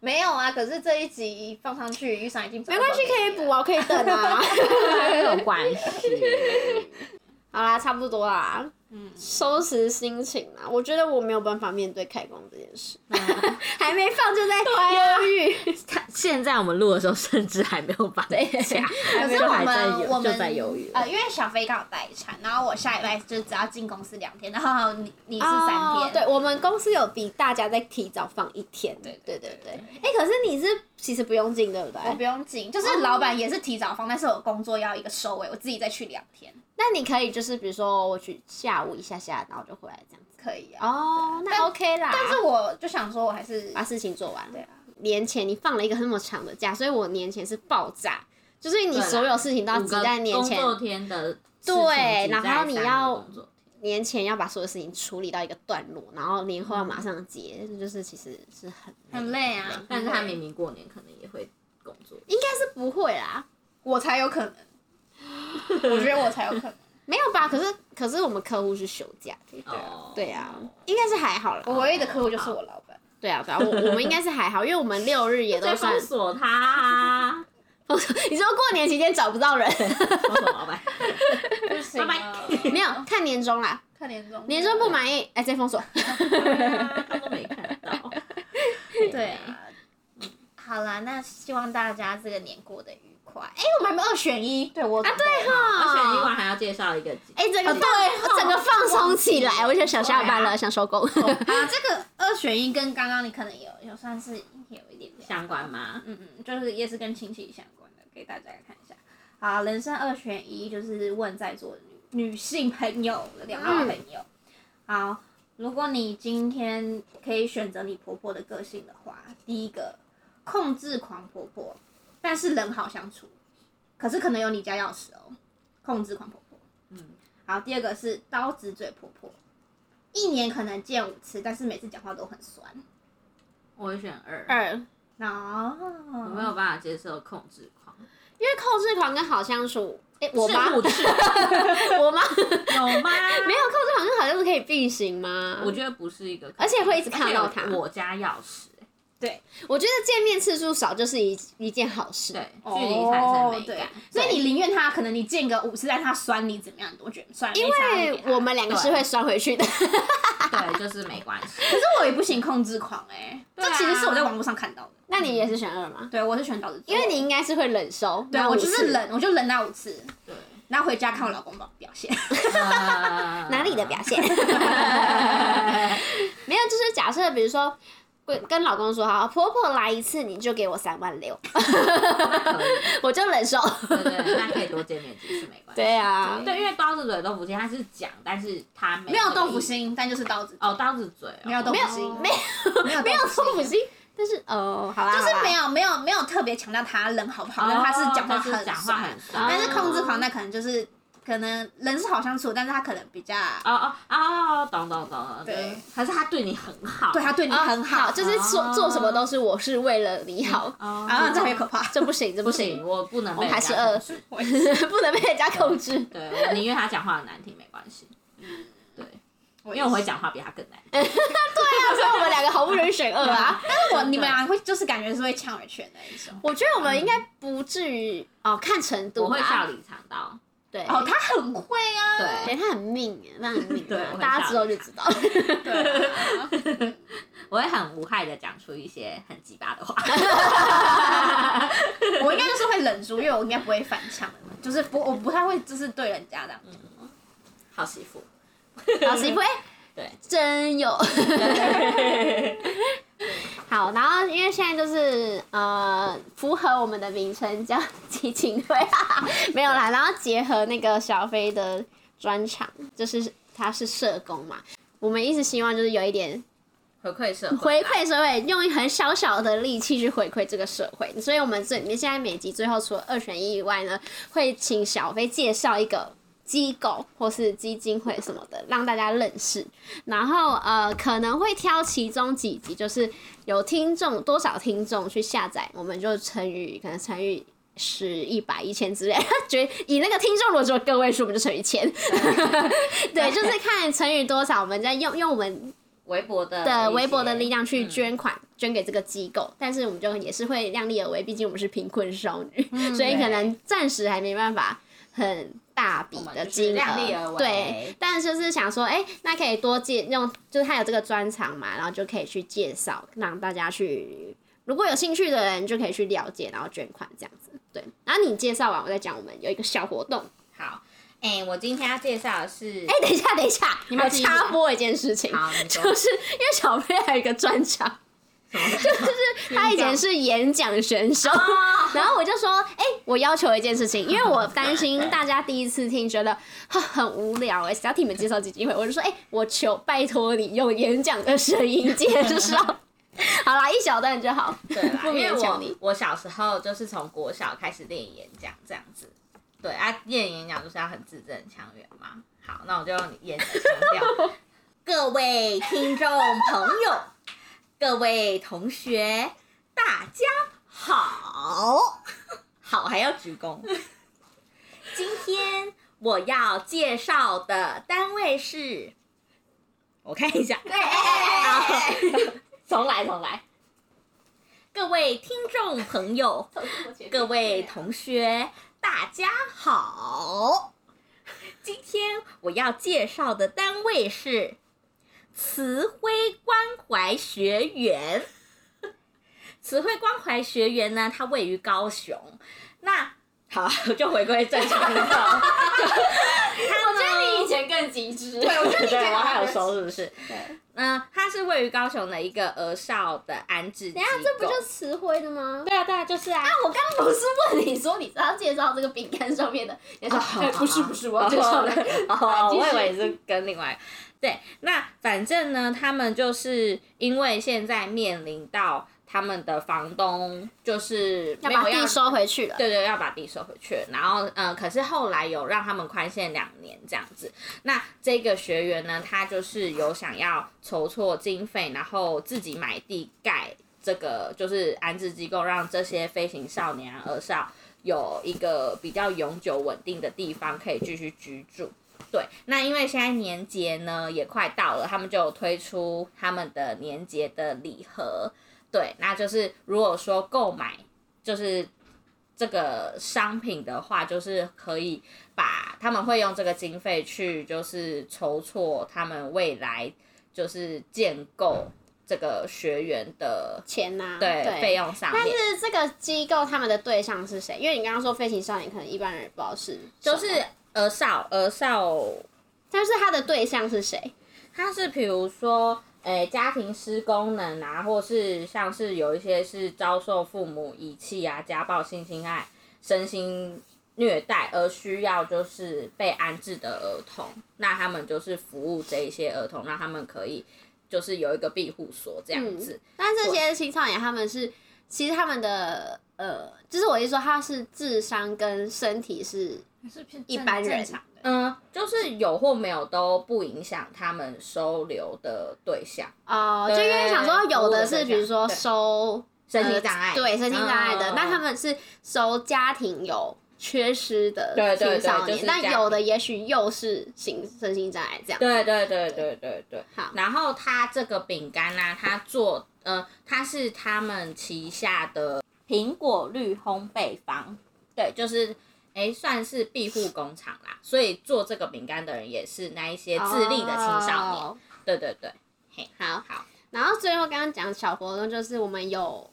D: 没有啊，可是这一集放上去，雨伞已经
C: 没关系，可以补啊，我可以等 啊。
A: 没有关 系，
C: 好啦，差不多啦，
D: 嗯，
C: 收拾心情啦。我觉得我没有办法面对开工这件事，
A: 那
C: 还没放就在忧郁。
A: 他现在我们录的时候，甚至还没有放假，
C: 啊
D: 可
A: 可
D: 是我
A: 还在
D: 们我
A: 犹
D: 们
A: 就在犹豫了
D: 呃，因为小飞刚好待产，然后我下礼拜就只要进公司两天，然后你你
C: 你
D: 是三天，
C: 哦
D: 哦
C: 对我们公司有比大家再提早放一天。
D: 对
C: 对对对。哎，可是你是其实不用进，对不对？
D: 我不用进，就是老板也是提早放，但是我工作要一个收尾，我自己再去两天，
C: 那你可以就是比如说我去下午一下下，然后就回来这样子。
D: 可以啊。
C: 哦，
D: 但
C: 那 OK 啦。
D: 但是我就想说，我还是
C: 把事情做完。
D: 对啊，
C: 年前你放了一个那么长的假，所以我年前是爆炸，就是你
A: 对啦
C: 所有事情都要挤在年前
A: 工，作天的事情
C: 对
A: 挤在
C: 然后你
A: 三个
C: 要
A: 工作天
C: 年前要把所有事情处理到一个段落，然后年后要马上结，就是其实是很
D: 很累啊。
A: 但是他明明过年可能也会工作，
C: 应该是不会啦，
D: 我才有可能，我觉得我才有可 能，
C: 没有吧？可是可是我们客户是休假的，
A: 哦，
C: 对啊，应该是还好啦。
D: 我唯一的客户就是我老板。
C: 对啊对啊，我我们应该是还好，因为我们六日也都
A: 在
C: 算
A: 封。锁他 啊，
C: 你说过年期间找不到人，
A: 封锁老板。
D: 不行啊，
C: 没有看年终啦，
D: 看年终，
C: 年终不满意，哎，再封锁。
A: 他都没看
C: 哦
A: 到。
D: 对啊。好啦，那希望大家这个年过得愉快。哎、我们还没有二选一，对我啊，对
A: 而且一晚还要介绍一个，
C: 哎、整个
D: 哦
C: 放、
D: 对哦
C: 整个放松起来，我就想下班了，
D: 对啊
C: 想收工。
D: 啊，这个二选一跟刚刚你可能有有算是有一点点
A: 相关吗？
D: 嗯嗯，就是也是跟亲戚相关的，给大家看一下。啊，人生二选一就是问在座的女女性朋友的两位朋友。好，如果你今天可以选择你婆婆的个性的话，第一个控制狂婆婆，但是人好相处，可是可能有你家钥匙哦，控制狂婆婆。
A: 嗯，
D: 好，第二个是刀子嘴婆婆，一年可能见五次，但是每次讲话都很酸。
A: 我会选二，
C: 二，
D: 哦，
A: 我没有办法接受控制狂，
C: 因为控制狂跟好相处，哎、我妈，
A: 是不是
C: 我妈
A: 有吗？
C: 没有控制狂跟好相处可以并行吗？
A: 我觉得不是一个，
C: 而且会一直看到他
A: 而且我家钥匙，
C: 我觉得见面次数少就是一一件好事。
A: 对，距离产生
D: 哦
A: 美
D: 对
A: 感。
D: 所以你宁愿他可能你见个五次，但他酸你怎么样？我觉得算了，因
C: 因
D: 啊
C: 为我们两个是会拴回去的，
A: 对，就是没关系。
D: 可是我也不行控制狂哎、
A: 对啊
D: 这其实是我在网络上看到的。
C: 那你也是选二吗？
D: 对，我是选导致，
C: 因为你应该是会忍受，
D: 对啊
C: 那
D: 我
C: 五
D: 就
C: 次
D: 是，忍，我就忍那五次，
A: 对，
D: 然后回家看我老公表表现。
A: 呃
C: 哪里的表？现？没有，就是假设比如说。跟跟老公说好，婆婆来一次你就给我三万六，
A: 可以
C: 我就忍受。
A: 对对，那可以多见面几次没关系。
C: 对啊，
A: 对，因为刀子嘴豆腐心，他是讲，但是他没
D: 没有豆腐
A: 意
D: 心，但就是刀子，
A: 哦，刀子嘴哦
D: 没有豆腐心，
C: 没
D: 有 没有
C: 没有
D: 豆
C: 说
D: 腐
C: 不
D: 心。
C: 行，但是哦，好啦，
D: 就是没
C: 有
D: 有没有没有特别强调他人好不好，但
A: 哦
D: 他是讲话
A: 就是
D: 很哦
A: 讲话
D: 酸
A: 很哦酸
D: 但是控制狂那可能就是可能人是好相处，但是他可能比较
A: 哦哦哦，懂懂懂懂，
D: 对
A: 就是，可是他对你很哦好，
D: 对他对你很哦好，
C: 就是做
A: 哦
C: 做什么都是我是为了你好，
A: 哦，
D: 啊，这样也可 怕。
C: 这不行，这
A: 不
C: 不
A: 行，
C: 行，
A: 我不能
C: 我
A: 被人
C: 们还
A: 家
C: 是二
A: 控，制
C: 不能被人家 控制。
A: 对我宁愿他讲话很难听没关系，对，因为我会讲话比他更难听，
C: 那所以我们两个毫不容易选 二啊。
A: 嗯
D: 但 是我你们俩会就是感觉是会呛回去的那一种。
C: 我觉得我们应该不至于哦，看程度
A: 我会笑
C: 吧。
A: 里藏刀，
C: 对，
D: 哦，他很会啊，
C: 对，他很命耶，他很命啊，
A: 对我很
C: 大家
A: 少
C: 之后就知道。
D: 对啊，
A: 我会很无害的讲出一些很鸡巴的话。
D: 我应该就是会忍住，因为我应该不会反呛的嘛，就是不我不太会就是对人家这样讲。
A: 好媳妇，
C: 老师不会，
A: 对，
C: 真有。好，然后因为现在就是呃，符合我们的名称叫基金会，没有啦。然后结合那个小飞的专场，就是他是社工嘛，我们一直希望就是有一点
A: 回馈社会
C: 回
A: 啦，
C: 馈社会，用很小小的力气去回馈这个社会。所以我们最现在每集最后除了二选一以外呢，会请小飞介绍一个机构或是基金会什么的，让大家认识。然后呃，可能会挑其中几集，就是有听众多少听众去下载，我们就乘以可能乘以。十、一百、一千之类， 觉得以那个听众如果只有个位数，我们就乘以千。对，就是看乘以多少，我们再用用我们
A: 微博的
C: 的
A: 一
C: 微薄的
A: 些
C: 力量去
A: 嗯
C: 捐款、捐给这个机构，但是我们就也是会量力而为，毕竟我们是贫困少女，
A: 嗯
C: 所以可能暂时还没办法很大笔
A: 我们
C: 的
A: 就是
C: 金
A: 量力而
C: 额，
A: 为
C: 对。但是就是想说，哎、那可以多借用，就是他有这个专长嘛，然后就可以去介绍，让大家去。如果有兴趣的人就可以去了解，然后捐款这样子。对，然后你介绍完，我再讲我们有一个小活动。
A: 好。哎、我今天要介绍的是，
C: 哎、等一下，等一下，
A: 你们
C: 我
A: 继续
C: 插播一件事情，
A: 好，你说
C: 就是因为小飞还有一个专场，
A: 什么？就是
C: 他以前是演讲选手， 然后我就说，哎、我要求一件事情，因为我担 心大家第一次听觉得哼很无聊、哎，想要听你们介绍基金会，我就说，哎、我求拜托你用演讲的声音介绍， 好啦，一小段就好，
A: 对啦，
C: 不
A: 因为
C: 勉强
A: 我
C: 你
A: 我小时候就是从国小开始练演讲这样子，对啊，练演讲就是要很字正腔圆嘛。好，那我就用演讲腔调。各位听众朋友，各位同学，大家好，好还要鞠躬。今天我要介绍的单位是，我看一下，
D: 哎
A: 好 重来重来。各位听众朋 友，各位同学，大家好。今天我要介绍的单位是慈晖关怀学园。慈晖关怀学园呢，它位于高雄。那好， 我就回归正常 了。我
C: 我觉得你以前更极致，
A: 对，我觉得你
D: 对
A: 我
D: 哎我
A: 还
D: 还
A: 有
D: 有
A: 收
D: 收
A: 是不是？嗯，它是位于高雄的一个儿少的安置机
C: 等一下这不
A: 构
C: 就词汇的吗？
A: 对啊对啊，就是啊。
C: 我刚刚不是问你说你知道介绍这个饼干上面的，你说、哎不是不是，
A: 啊
C: 我要介绍的。
A: 哦，
C: 继续
A: 我以为是跟另外对，那反正呢，他们就是因为现在面临到他们的房东就是
C: 要
A: 没有
C: 把地收回去了，
A: 对对，要把地收回去。然后，呃，可是后来有让他们宽限两年这样子。那这个学员呢，他就是有想要筹措经费，然后自己买地盖这个就是安置机构，让这些飞行少年啊、儿少有一个比较永久稳定的地方可以继续居住。对，那因为现在年节呢也快到了，他们就有推出他们的年节的礼盒。对，那就是如果说购买就是这个商品的话，就是可以把他们会用这个经费去就是筹措他们未来就是建构这个学员的
C: 钱呐、
A: 对
C: 对
A: 费用上
C: 但
A: 面。
C: 是这个机构他们的对象是谁？因为你刚刚说飞行少年，可能一般人也不知道是，
A: 就是儿少，儿少，
C: 但是他的对象是谁？
A: 它是比如说，诶、家庭失功能啊，或是像是有一些是遭受父母遗弃啊、家暴、性侵害、身心虐待而需要就是被安置的儿童，那他们就是服务这一些儿童，让他们可以就是有一个庇护所这样子。
C: 但嗯这些青少年他们是，其实他们的呃，就是我一说他是智商跟身体是
D: 是不是
C: 一般人
D: 正常的？
A: 嗯，就是有或没有都不影响他们收留的对象，
C: 哦、
A: 对
C: 就因为想说有的
A: 服务的对
C: 是
A: 象
C: 比如说
A: 对
C: 收
A: 身心障碍、
C: 呃对身心障碍的，
A: 嗯
C: 那他们是收家庭有。缺失的
A: 对对对
C: 青少年，
A: 就是家
C: 但
A: 庭
C: 有的也许又是行身心障碍这样。
A: 对对对对对对。
C: 好
A: 然后它这个饼干呢、它做呃，它是他们旗下的苹果绿烘焙坊，对，就是哎算是庇护工厂啦，所以做这个饼干的人也是那一些自立的青少年。
C: 哦
A: 对对对，嘿，
C: 好，
A: 好，
C: 然后最后刚刚讲小活动，就是我们有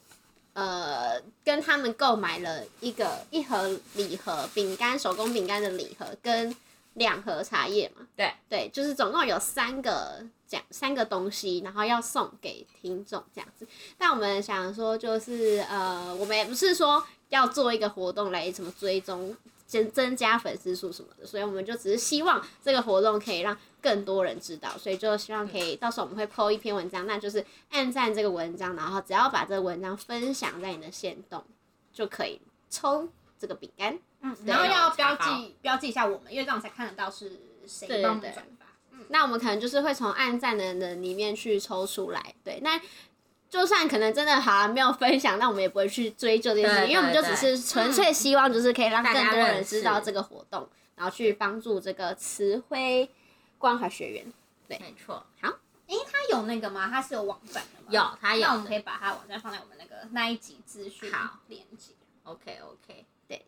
C: 呃跟他们购买了一个一盒礼盒饼干，手工饼干的礼盒跟两盒茶叶嘛。
A: 对
C: 对，就是总共有三个奖三个东西，然后要送给听众这样子。但我们想说，就是呃，我们也不是说要做一个活动来什么追踪。增增加粉丝数什么的，所以我们就只是希望这个活动可以让更多人知道，所以就希望可以到时候我们会 PO 一篇文章，那就是按赞这个文章，然后只要把这个文章分享在你的线动，就可以抽这个饼干。
D: 嗯，
C: 对
D: 然后要
A: 有
D: 标
A: 查
D: 记标记一下我们，因为这样才看得到是
C: 对
D: 谁帮我
C: 对
D: 们转发。嗯，
C: 那我们可能就是会从按赞的人里面去抽出来，对，那。就算可能真的好了、没有分享，那我们也不会去追究这件事情，
A: 对
C: 因为我们就
A: 对
C: 只
A: 对
C: 是纯粹希望，就是可以让
A: 大
C: 更
A: 家
C: 多人
A: 认识
C: 知道这个活动，然后去帮助这个慈晖关怀学员。
A: 没错，
D: 它有那个吗？它是有网站的吗？
A: 有它有
D: 那我们
A: 的
D: 可以把它网站放在我们那个那一集资讯
A: 好
D: 连接。
A: ，OK OK，嗯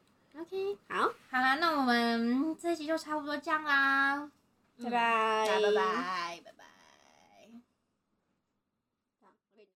C: OK，好，
D: 好啦，那我们这一集就差不多这样啦，
C: 拜
D: 嗯
C: 拜，
D: 大家拜拜。